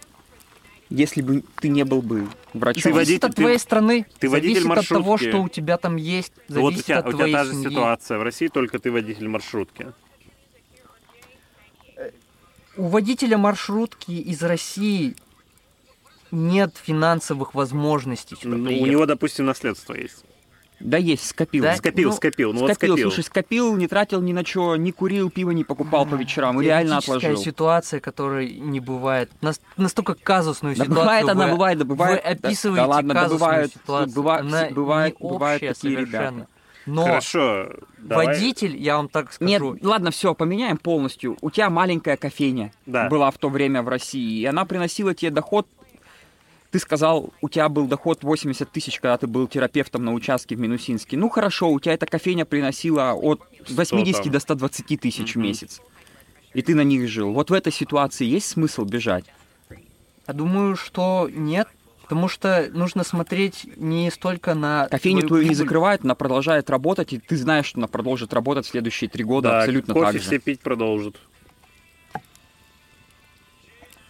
A: Если бы ты не был бы врачом...
B: Ты водитель,
D: Зависит от
B: ты-
D: твоей страны.
B: ты водитель
D: зависит от того,
B: маршрутки.
D: что у тебя там есть. Зависит
B: вот у тебя,
D: от
B: у тебя
D: твоей
B: та же
D: семьи.
B: ситуация в России, только ты водитель маршрутки.
D: У водителя маршрутки из России нет финансовых возможностей. сюда
B: Ну, у
D: приехать.
B: него, допустим, наследство есть.
A: Да есть, скопил.
D: Да?
B: Скопил,
D: Ну,
B: скопил, ну вот
A: скопил,
B: скопил.
A: слушай, скопил, не тратил ни на что, не курил, пиво не покупал по вечерам, и реально
D: Теоретическая
A: отложил.
D: ситуация, которой не бывает. Нас- настолько казусную
A: Да
D: ситуацию.
A: бывает она,
D: вы-
A: бывает, да бывает.
D: Вы
A: Да-
D: описываете
A: да, ладно, да
D: казусную
A: бывает,
D: ситуацию.
A: быва-
D: Она
A: бывает,
D: не
A: бывают
D: общая
A: такие ребята.
D: совершенно. Но
B: Хорошо, давай.
D: водитель, я вам так
A: Нет,
D: скажу,
A: ладно, все, поменяем полностью. У тебя маленькая кофейня
B: Да.
A: была в то время в России, и она приносила тебе доход. Ты сказал, у тебя был доход 80 тысяч, когда ты был терапевтом на участке в Минусинске. Ну хорошо, у тебя эта кофейня приносила от 80
B: там?
A: до 120 тысяч в
B: Мгм.
A: месяц. И ты на них жил. Вот в этой ситуации есть смысл бежать?
D: Я думаю, что нет, потому что нужно смотреть не столько на...
A: Кофейню твою не
D: прибыль.
A: закрывают, она продолжает работать, и ты знаешь, что она продолжит работать следующие три года
B: Да,
A: абсолютно
B: кофе
A: так же.
B: все пить продолжат.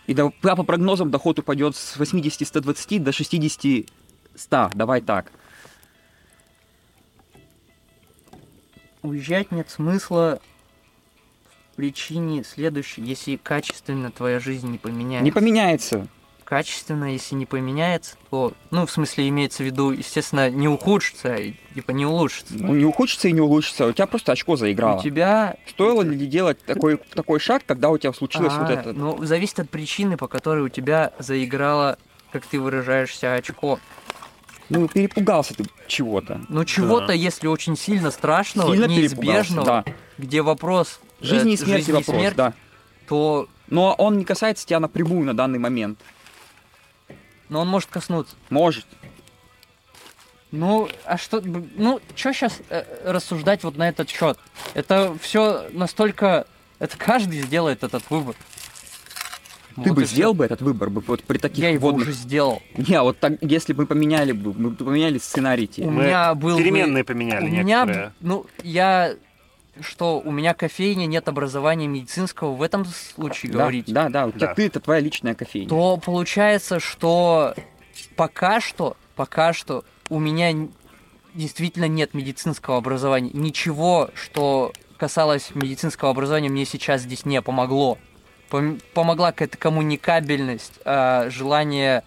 A: И да- да, по прогнозам доход упадет с 80-120 до 60-100, давай так.
D: Уезжать нет смысла в причине следующей, если качественно твоя жизнь не поменяется.
A: Не поменяется.
D: Качественно, если не поменяется, то, ну, в смысле, имеется в виду, естественно, не ухудшится, и, типа не улучшится.
A: Ну, не ухудшится и не улучшится, у тебя просто очко
D: У
A: заиграло.
D: тебя
A: Стоило ли делать такой, такой шаг, когда у тебя случилось вот
D: А,
A: это?
D: Ну, зависит от причины, по которой у тебя заиграло, как ты выражаешься, очко.
A: Ну, перепугался ты чего-то.
D: Ну, чего-то, если очень сильно страшного,
A: Сильно перепугался,
D: неизбежного,
A: да.
D: где вопрос Ну, э,
A: Жизни и смерти
D: жизни и
A: вопрос,
D: смерти,
A: да.
D: то
A: Но он не касается тебя напрямую на данный момент.
D: но ну, он может коснуться.
A: Может.
D: Ну, а что, б- ну, что сейчас рассуждать вот на этот счет? Это все настолько, это каждый сделает этот выбор.
A: ты
D: Вот
A: бы
D: и всё.
A: сделал бы этот выбор бы вот при таких
D: Я его
A: вводных-
D: уже сделал.
A: Не, вот так, если бы мы поменяли бы, мы бы поменяли сценарий
D: У
A: тебе.
B: Мы
D: меня был бы-
B: Переменные поменяли
D: У меня,
B: некоторые.
D: б- ну, я что, у меня кофейня, нет образования медицинского, в этом случае
A: Да,
D: говорить.
A: да, да, у тебя
B: Да.
A: ты, это твоя личная кофейня.
D: То получается, что пока что, пока что у меня н- действительно нет медицинского образования. Ничего, что касалось медицинского образования, мне сейчас здесь не помогло. Пом- помогла какая-то коммуникабельность, а, желание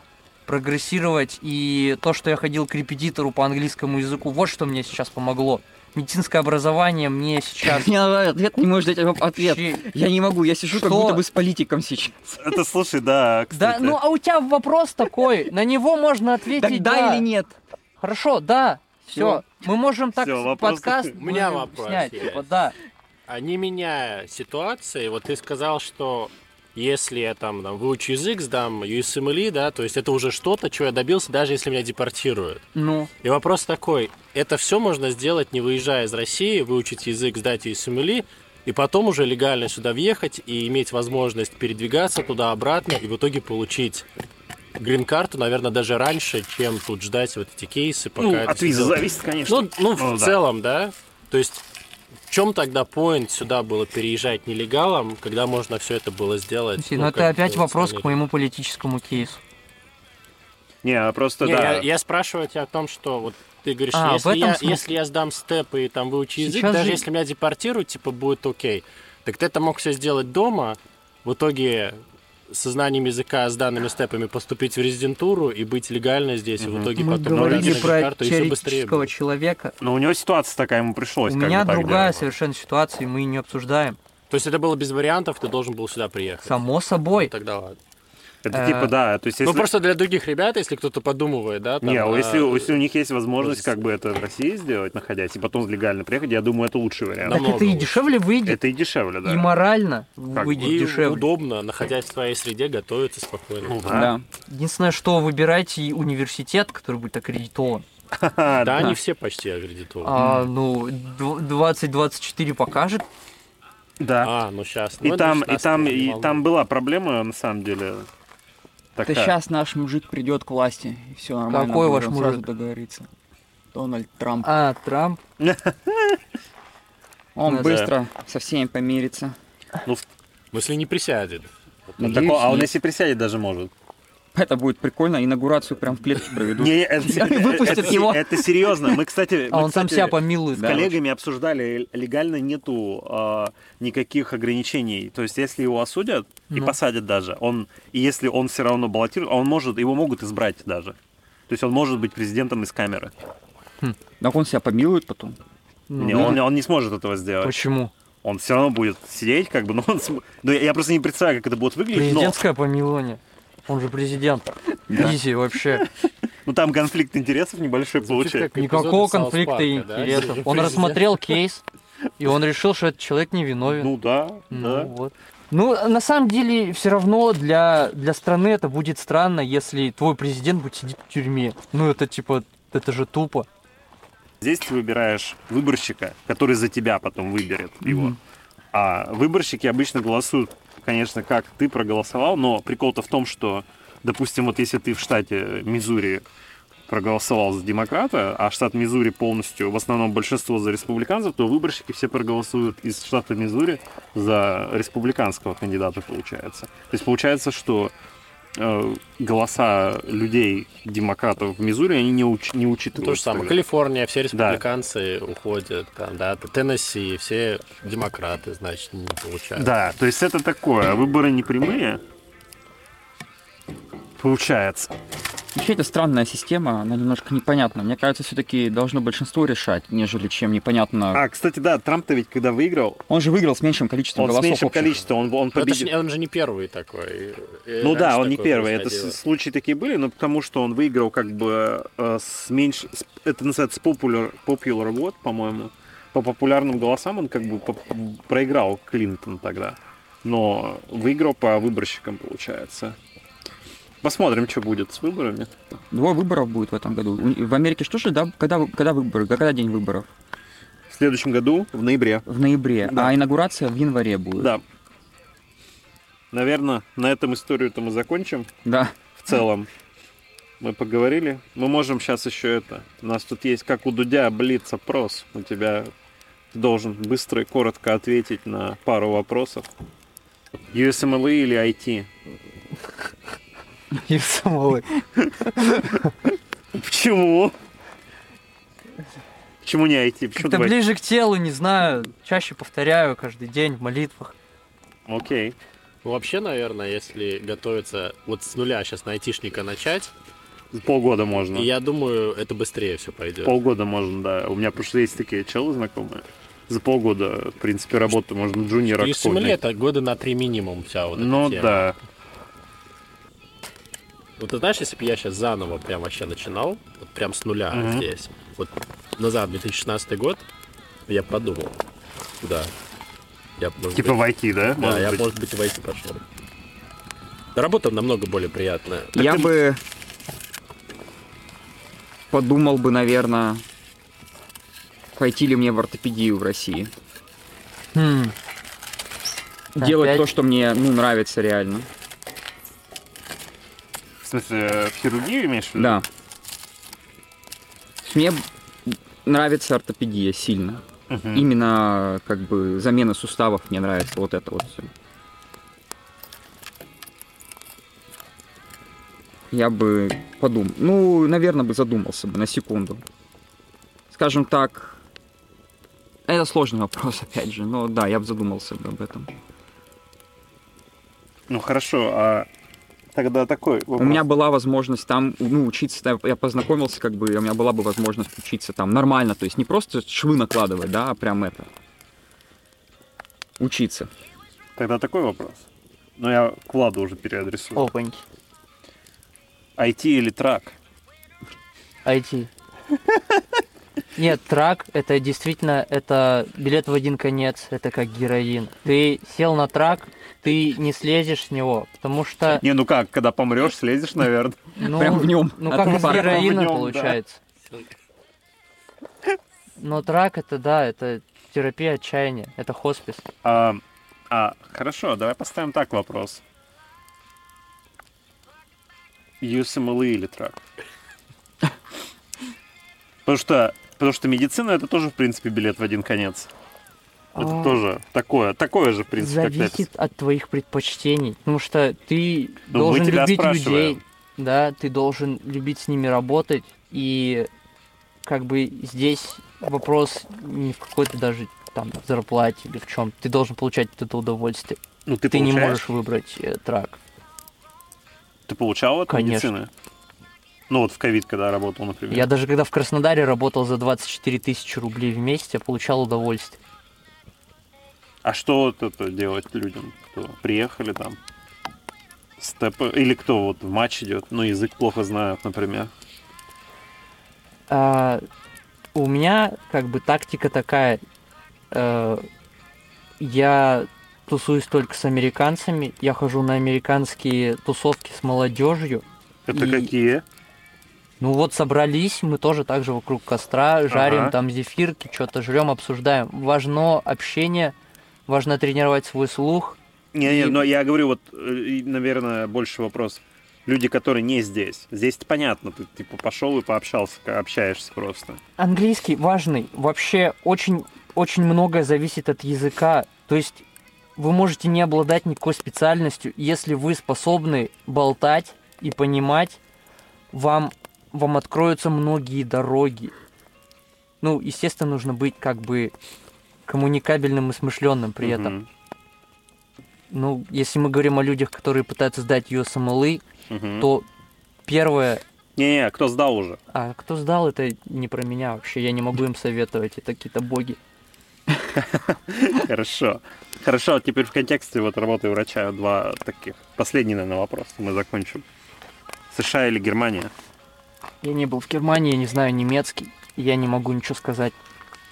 D: прогрессировать и то, что я ходил к репетитору по английскому языку, вот что мне сейчас помогло. Медицинское образование мне сейчас...
A: Я ответ не можешь дать а, ответ.
D: вообще-
A: Я не могу, я сижу как
D: Что?
A: будто бы с политиком сейчас.
B: Это слушай, да,
D: Да,
B: кстати.
D: ну а у тебя вопрос такой, на него можно
A: Так
D: ответить
A: да или нет?
D: Хорошо, да. Все,
A: Всё.
D: мы можем так
B: Всё,
D: с-
B: вопрос
D: подкаст
B: такой.
C: У меня
D: можем
C: вопрос
D: снять,
C: есть.
D: типа, да.
C: А не меняя ситуации, вот ты сказал, что если я там, там выучу язык, сдам USMLE, да, то есть это уже что-то, чего я добился, даже если меня депортируют.
D: Ну,
C: И вопрос такой, это все можно сделать, не выезжая из России, выучить язык, сдать USMLE, и потом уже легально сюда въехать и иметь возможность передвигаться туда-обратно и в итоге получить грин-карту, наверное, даже раньше, чем тут ждать вот эти кейсы, пока
B: Ну,
C: это
B: от
C: всё
B: визы
C: делается.
B: зависит, конечно.
C: Ну, ну, в
B: Ну, да.
C: целом, да. То есть, в чем тогда поинт сюда было переезжать нелегалом, когда можно все это было сделать?
D: слушай,
C: ну,
D: ну это
C: как
D: опять
C: бы,
D: вопрос к
C: смотреть?
D: моему политическому кейсу.
B: Не, а просто
C: Не,
B: да.
C: я, я спрашиваю тебя о том, что вот ты говоришь,
D: А, в
C: если,
D: этом
C: я,
D: смысле.
C: если я сдам степы и там выучу язык,
D: Сейчас
C: даже
D: же-
C: если меня депортируют, типа будет окей. Так ты это мог все сделать дома, в итоге со знанием языка, с данными степами поступить в резидентуру и быть легально здесь, и в
B: Мгм.
C: итоге
D: Мы
C: потом подать
D: говорили
C: на
D: про
C: карту, и все быстрее
D: теоретического
C: будет.
D: человека.
B: Но у него ситуация такая, ему пришлось.
D: У
B: как
D: меня
B: бы так
D: другая
B: делать.
D: совершенно ситуация, и мы ее не обсуждаем.
C: То есть это было без вариантов, ты должен был сюда приехать.
D: Само
C: Ну,
D: собой.
C: тогда ладно.
B: Это
D: Э,
B: типа да, то есть
C: Ну
B: если...
C: просто для других ребят, если кто-то подумывает, да? там,
B: Не,
C: а,
B: если, если у них есть возможность
C: возраст.
B: как бы это в России сделать, находясь, и потом легально приехать, я думаю, это лучший вариант.
D: Так
C: намного
D: это и
C: лучше.
D: дешевле выйдет,
B: Это и дешевле, да.
D: и морально
B: Как
D: выйдет
C: и
D: дешевле.
C: удобно, находясь в своей среде, готовиться спокойно.
B: Ну
A: Да.
D: Единственное, что выбирайте университет, который будет аккредитован.
B: да.
C: да, они все почти аккредитованы.
D: А, ну, дв- 2024 покажет.
B: Да.
C: А, ну сейчас.
B: И там, и там, и там была проблема, на самом деле.
A: Это
B: Такая.
A: сейчас наш мужик придет к власти, и все нормально.
D: Какой
A: будем
D: ваш
A: сразу
D: мужик?
A: договориться. Дональд Трамп.
D: А, Трамп.
A: Он
D: Да.
A: быстро со всеми помирится.
C: Ну, если не присядет.
B: Ну,
A: Надеюсь,
B: такой- а он
A: нет.
B: если присядет, даже может.
A: Это будет прикольно, инаугурацию прям в клетке проведут.
B: Не, это,
A: Они выпустят
B: это-
A: его.
B: Это серьезно. Мы, кстати,
D: А
B: мы,
D: он сам
B: кстати,
D: себя помилует.
B: с
D: короче.
B: коллегами обсуждали, легально нету а, никаких ограничений. То есть, если его осудят и
D: Ну.
B: посадят даже, он и если он все равно баллотирует, он может, его могут избрать даже. То есть он может быть президентом из камеры.
A: Так он себя помилует потом.
D: Ну,
B: Не,
D: да.
B: он, он не сможет этого сделать.
D: Почему?
B: Он все равно будет сидеть, как бы, но он см- Ну, я, я просто не представляю, как это будет выглядеть, но,
D: Президентское помилование. Он же президент.
B: Да.
D: Изи вообще.
B: но Ну, там конфликт интересов небольшой получается.
D: Никакого конфликта и интересов. Он рассмотрел кейс, и он решил, что этот человек невиновен.
B: Ну да,
D: Ну,
B: да.
D: вот. Ну, на самом деле, все равно для, для страны это будет странно, если твой президент будет сидеть в тюрьме. Ну, это типа, это же тупо.
B: Здесь ты выбираешь выборщика, который за тебя потом выберет его. А выборщики обычно голосуют, конечно, как ты проголосовал, но прикол-то в том, что, допустим, вот если ты в штате Мизури проголосовал за демократа, а штат Мизури полностью, в основном большинство за республиканцев, то выборщики все проголосуют из штата Мизури за республиканского кандидата, получается. То есть получается, что э, голоса людей, демократов в Мизури, они не, уч- не учитываются.
C: То же самое.
B: тогда.
C: Калифорния, все республиканцы уходят, там, да, Теннесси, все демократы, значит, не получают.
B: Да, то есть это такое, а выборы не прямые. Получается.
A: Вообще это странная система, она немножко непонятна. Мне кажется, все-таки должно большинство решать, нежели чем непонятно.
B: А, кстати, да, Трамп-то ведь когда выиграл,
A: Он же выиграл с меньшим количеством
B: он с
A: голосов.
B: меньшим
A: общих.
B: количеством, он, он
C: Но Ну, это ж
B: победил.
C: не- он же не первый такой. И э,
B: Ну да,
C: раньше
B: он не
C: такое
B: первый. Это
C: происходило.
B: с- случаи такие были, но потому что он выиграл как бы э, с меньше... с- Это называется popular, popular vote, по-моему. По популярным голосам он как бы по- по- проиграл Клинтон тогда. Но выиграл по выборщикам, получается. Посмотрим, что будет с выборами.
A: Двое выборов будет в этом году. У- В Америке что же, да? Когда, вы- когда выборы? Когда день выборов?
B: В следующем году, в ноябре.
A: В ноябре.
B: Да.
A: А инаугурация в январе будет.
B: Да. Наверное, на этом историю-то мы закончим.
A: Да.
B: в целом. Мы поговорили. Мы можем сейчас еще это. У нас тут есть, как у Дудя, блиц-опрос. У тебя ты должен быстро и коротко ответить на пару вопросов. USMLE или IT?
D: И самолы.
B: Почему? Почему не IT? Почему
D: Как-то
B: два-
D: ближе к телу, не знаю. Чаще повторяю каждый день в молитвах.
B: Окей.
C: Ну, Вообще, наверное, если готовиться вот с нуля сейчас на айтишника начать,
B: Полгода можно.
C: я думаю, это быстрее все пойдет.
B: Полгода можно, да. У меня просто есть такие челы знакомые. За полгода, в принципе, работы можно джуниора
C: эм И
B: какого-нибудь
C: симуле это года на три минимум вся вот эта
B: Ну
C: тема.
B: да.
C: Вот ты знаешь, если бы я сейчас заново прям вообще начинал, вот прям с нуля
B: Мгм.
C: здесь, вот назад, 2016 год, я подумал, куда? Я, б, может
B: Типа
C: быть,
B: в IT, да?
C: да,
B: может
C: я,
B: быть?
C: может быть, в IT пошел. Да Работа намного более приятная.
A: я
B: ты-
A: бы подумал бы, наверное, пойти ли мне в ортопедию в России.
D: Хм,
A: Делать
D: Опять?
A: то, что мне ну, нравится реально.
B: В смысле, в хирургию имеешь в виду?
A: Да. Мне нравится ортопедия сильно.
B: Мгм.
A: Именно как бы замена суставов мне нравится. Вот это вот все. Я бы подумал. Ну, наверное, бы задумался бы на секунду. Скажем так, это сложный вопрос, опять же. Но да, я бы задумался бы об этом.
B: Ну хорошо, а тогда такой вопрос.
A: У меня была возможность там, ну, учиться, там, я познакомился, как бы, у меня была бы возможность учиться там нормально, то есть не просто швы накладывать, да, а прям это, учиться.
B: Тогда такой вопрос. Ну я к Владу уже переадресую.
D: опаньки.
B: IT или трак?
D: IT. Нет, трак это действительно это билет в один конец, это как героин. Ты сел на трак, ты не слезешь с него, потому что
B: Не, ну как, когда помрешь, слезешь, наверное.
D: ну,
A: Прям в нем.
D: ну
A: А
D: как
A: то
D: из
A: пора.
D: героина
B: в нем, да.
D: получается. Но трак это да, это терапия отчаяния, это хоспис.
B: А, а, хорошо, давай поставим так вопрос. USMLE эм или трак? Потому что, потому что медицина это тоже, в принципе, билет в один конец. Это
D: А.
B: тоже такое, такое же, в принципе, как
D: зависит от твоих предпочтений, потому что ты
B: Ну, мы
D: должен
B: тебя
D: любить
B: спрашиваем.
D: людей, да, ты должен любить с ними работать, и как бы здесь вопрос не в какой-то даже там зарплате или в чем, ты должен получать вот это удовольствие.
B: Ну, ты,
D: Ты не
B: получаешь?
D: можешь выбрать э, трак.
B: Ты получал от
D: Конечно.
B: медицины? Ну вот в ковид, когда работал, например.
D: Я даже когда в Краснодаре работал за 24 тысячи рублей в месяц, я получал удовольствие.
B: А что вот это делать людям, кто приехали там? Степ... Или кто вот в матч идет, ну язык плохо знают, например.
D: А, у меня как бы тактика такая. э, я тусуюсь только с американцами, я хожу на американские тусовки с молодежью.
B: Это
D: И-
B: какие?
D: Ну вот собрались, мы тоже так же вокруг костра, жарим
B: Ага.
D: там зефирки, что-то жрем, обсуждаем. Важно общение, важно тренировать свой слух.
B: Не, не,
D: и-
B: но я говорю вот, э, и, наверное, больше вопрос. Люди, которые не здесь. Здесь понятно, ты типа пошел и пообщался, ка- общаешься просто.
D: Английский важный. Вообще очень, очень многое зависит от языка. То есть вы можете не обладать никакой специальностью, если вы способны болтать и понимать, вам, вам откроются многие дороги. Ну, естественно, нужно быть как бы коммуникабельным и смышленным при этом.
B: Мгм.
D: Ну, если мы говорим о людях, которые пытаются сдать ее самолы,
B: Мгм.
D: то первое,
B: Не-не, кто сдал уже?
D: а кто сдал, это не про меня вообще, я не могу им советовать, это какие-то боги.
B: Хорошо. Хорошо, а теперь в контексте вот работы врача два таких. Последний, наверное, вопрос. Мы закончим. США или Германия?
D: Я не был в Германии, я не знаю немецкий, и я не могу ничего сказать.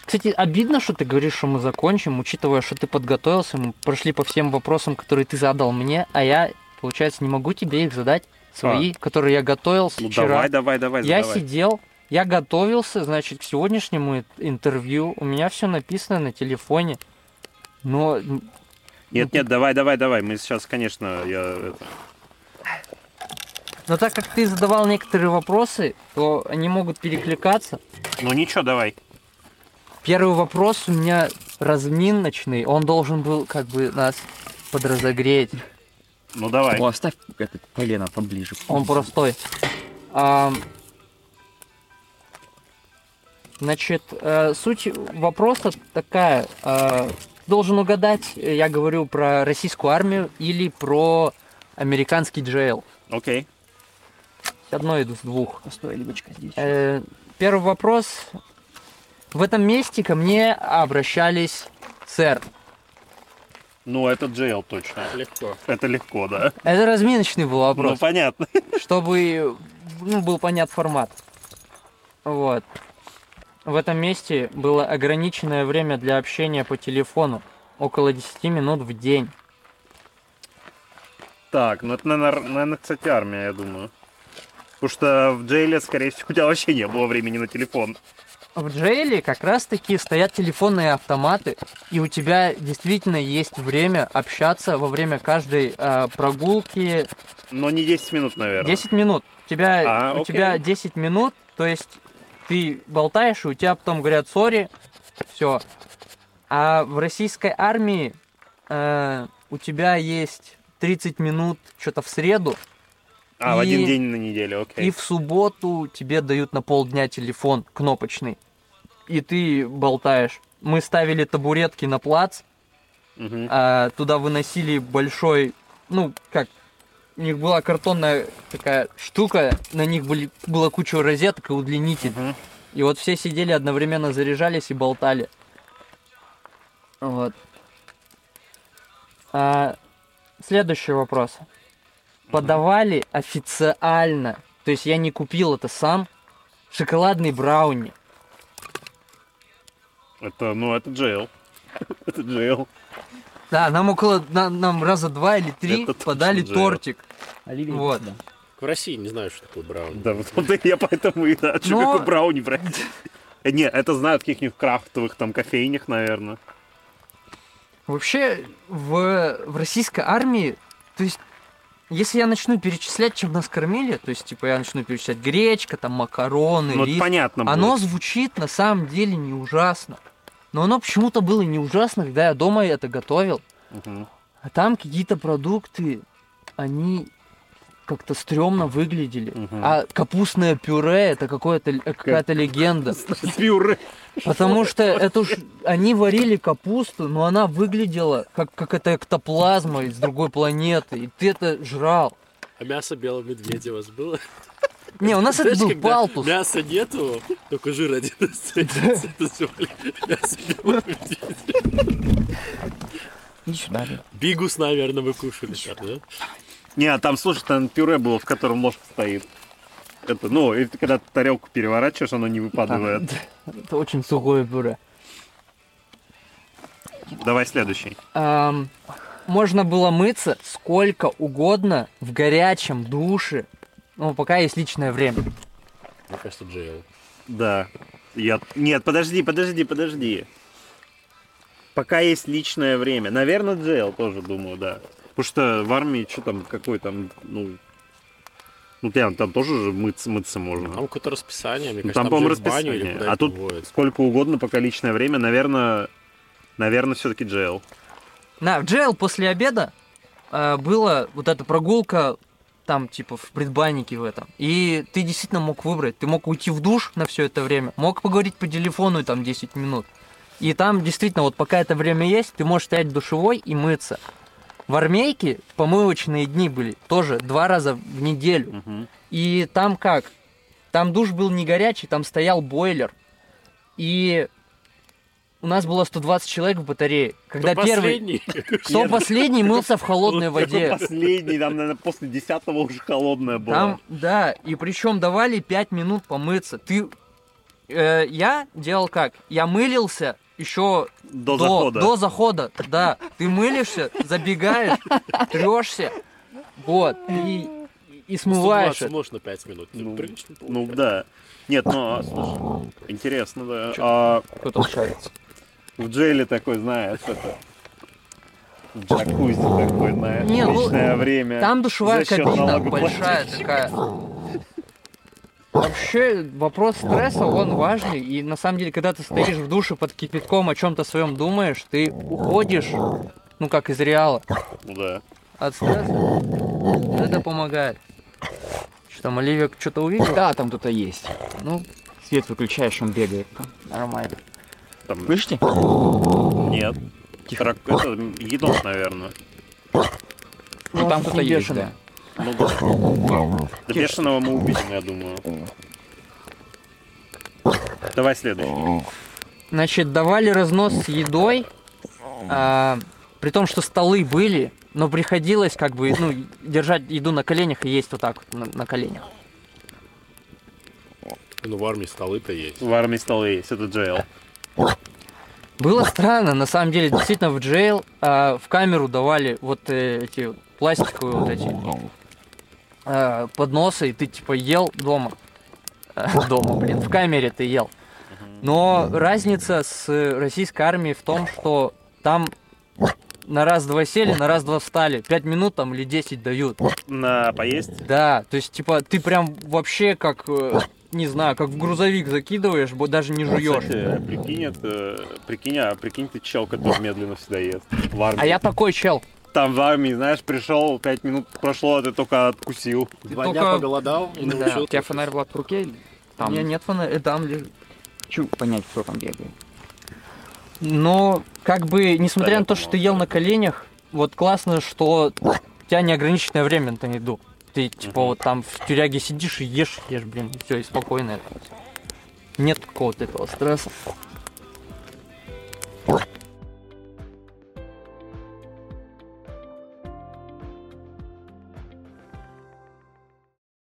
D: Кстати, обидно, что ты говоришь, что мы закончим, учитывая, что ты подготовился, мы прошли по всем вопросам, которые ты задал мне, а я, получается, не могу тебе их задать, свои, которые я готовился
B: А. Ну
D: вчера.
B: давай, давай, давай,
D: Я
B: задавай.
D: сидел, я готовился, значит, к сегодняшнему ин- интервью. У меня все написано на телефоне. Но м,
B: Нет, нет, давай, давай, давай. Мы сейчас, конечно, я это,
D: Но так как ты задавал некоторые вопросы, то они могут перекликаться.
B: Ну ничего, давай.
D: Первый вопрос у меня разминочный. Он должен был как бы нас подразогреть.
B: Ну давай.
A: О, оставь это полено поближе.
D: Он простой. Ам, Значит, э, суть вопроса такая. э, Должен угадать, э, я говорю про российскую армию или про американский джейл.
B: Окей.
D: Одно из двух.
A: Постой, Любочка, здесь.
D: Э, Первый вопрос. В этом месте ко мне обращались сэр.
B: Ну это джейл точно.
C: Легко.
B: Это легко, да.
D: Это разминочный был
B: Ну
D: вопрос,
B: понятно.
D: чтобы ну, был понят формат. Вот. В этом месте было ограниченное время для общения по телефону. Около 10 минут в день.
B: Так, ну это, наверно, наверно, кстати, армия, я думаю. Потому что в джейле, скорее всего, у тебя вообще не было времени на телефон.
D: В джейле как раз таки стоят телефонные автоматы, и у тебя действительно есть время общаться во время каждой э, прогулки,
B: Но не 10 минут, наверное.
D: 10 минут. У тебя,
B: А,
D: у
B: окей.
D: тебя 10 минут, то есть ты болтаешь, и у тебя потом говорят сори, все. А в российской армии э, у тебя есть 30 минут что-то в среду,
B: А, в
D: и-
B: один день на неделю, окей.
D: и в субботу тебе дают на полдня телефон кнопочный. И ты болтаешь. Мы ставили табуретки на плац,
B: Мгм.
D: а, туда выносили большой, ну, как, у них была картонная такая штука, на них были, была куча розеток и удлинитель.
B: Мгм.
D: И вот все сидели одновременно, заряжались и болтали. Вот. А, следующий вопрос. Подавали официально, то есть я не купил это сам, шоколадный брауни.
B: Это, ну, это джейл. Это джейл.
D: Да, нам около, на- нам раза два или три
B: Это точно
D: подали
B: же.
D: тортик.
A: Оливия,
D: Вот.
A: да.
C: В России не знаю, что такое брауни.
B: Да, вот вот я поэтому и да, чё
D: Но-
B: какой брауни брать? Э, Не, это знают в каких-нибудь крафтовых там кофейнях, наверное.
D: Вообще, в, в российской армии, то есть, если я начну перечислять, чем нас кормили, то есть, типа, я начну перечислять гречка, там, макароны,
B: Ну, это
D: рис,
B: понятно будет.
D: оно звучит на самом деле не ужасно. Но оно почему-то было не ужасно, когда я дома это готовил.
B: Мгм.
D: А там какие-то продукты, они как-то стрёмно выглядели.
B: Мгм.
D: А капустное пюре это какое-то, л- какая-то легенда.
B: Пюре.
D: Потому что это уж они варили капусту, но она выглядела как, как это эктоплазма из другой планеты. И ты это жрал.
C: А мясо белого медведя у вас было?
D: Не, у нас это
C: Знаешь,
D: был
C: когда
D: палтус.
C: Мяса нету, только жир один остается. Это всё, блин, мясо белого медведя.
A: Иди сюда, Лю.
C: Бигус, наверное, вы кушали там, да?
B: Не, а там, слушай, там пюре было, в котором ложка стоит. Это, ну, и ты когда тарелку переворачиваешь, оно не выпадывает.
D: Это очень сухое пюре.
B: Давай следующий.
D: Ам, можно было мыться сколько угодно в горячем душе. Ну, пока есть личное время.
C: Мне кажется, Джейл.
B: Да. Я... Нет, подожди, подожди, подожди. Пока есть личное время. Наверное, джейл тоже, думаю, да. Потому что в армии что там, какой там, ну... Ну, там, там тоже же мыться, мыться можно.
C: Там какое-то расписание, мне
B: Ну,
C: кажется,
B: там,
C: Ну, там,
B: по-моему,
C: же в баню или
B: расписание.
C: куда-нибудь
B: А тут
C: уводят.
B: сколько угодно, пока личное время, наверное, наверное, все-таки джейл.
D: На, в джейл после обеда э, была вот эта прогулка там, типа, в предбаннике в этом. И ты действительно мог выбрать. Ты мог уйти в душ на все это время, мог поговорить по телефону и там 10 минут. И там действительно, вот пока это время есть, ты можешь стоять в душевой и мыться. В армейке помывочные дни были тоже два раза в неделю.
B: Мгм.
D: И там как? Там душ был не горячий, там стоял бойлер. И у нас было 120 человек в батарее. Когда
C: Кто
D: первый...
C: последний?
D: Кто
B: Нет.
D: последний мылся в холодной воде?
B: Последний, там, наверное, после десятого уже холодное было.
D: Там, да, и причем давали 5 минут помыться. Ты... э, я делал как? Я мылился еще
B: до, захода.
D: До захода, да. Ты мылишься, забегаешь, трешься. Вот. И, и смываешь.
C: 120
D: это.
C: можно 5 минут.
B: Ну,
C: Прилично.
B: Ну да. Нет, ну а, слушай, интересно, да. А
D: Кто-то шарится.
B: в джейле такой, знаешь, это. Джакузи такой на
D: Не, ну,
B: личное время.
D: Там душевая
B: За счет
D: кабина
B: налогоплательщика.
D: большая такая. Вообще вопрос стресса, он важный. И на самом деле, когда ты стоишь в душе под кипятком, о чем-то своем думаешь, ты уходишь, ну как из реала,
B: Ну Да.
D: от стресса. Это помогает. Что там, Оливия что-то увидел?
A: Да, там кто-то есть. Ну, свет выключаешь, он бегает. Нормально.
B: Там
A: Слышите?
B: нет. Тарак- Это едок, наверное.
A: Ну, там кто-то есть,
D: бешеный.
A: да.
B: Ну да. Да бешеного мы убедим, я думаю. Давай следующий.
D: Значит, давали разнос с едой, а, при том, что столы были, но приходилось как бы ну, держать еду на коленях и есть вот так вот на, на коленях.
C: Ну, в армии столы-то есть.
D: Ну,
B: В армии столы есть, это JL.
D: Было странно, на самом деле, действительно, в джейл а, в камеру давали вот э, эти вот пластиковые вот эти а, подносы, и ты типа ел дома. А, дома, блин, в камере ты ел. Но разница с российской армией в том, что там на раз-два сели, на раз-два встали. Пять минут там или десять дают.
B: На поесть?
D: Да, то есть, типа, ты прям вообще как, э, не знаю, как в грузовик закидываешь, бо- даже не жуешь.
B: Кстати, прикинь, это, прикинь, а прикинь ты чел, который медленно всегда ест. В армии.
D: А я такой чел.
B: Там в армии, знаешь, пришел, пять минут прошло, а ты только откусил.
C: Два
D: только-
C: дня поголодал и
D: Да,
C: научил.
A: У тебя фонарь, Влад, в руке? или
D: У
A: Там.
D: меня
A: Я не
D: нет фонаря, э, там лежит.
A: хочу понять, кто там бегает.
D: Но, как бы, несмотря на то, что ты ел на коленях, вот классно, что у тебя неограниченное время на еду. Ты, типа, вот там в тюряге сидишь и ешь, ешь, блин, все, и спокойно это. Нет какого-то этого стресса.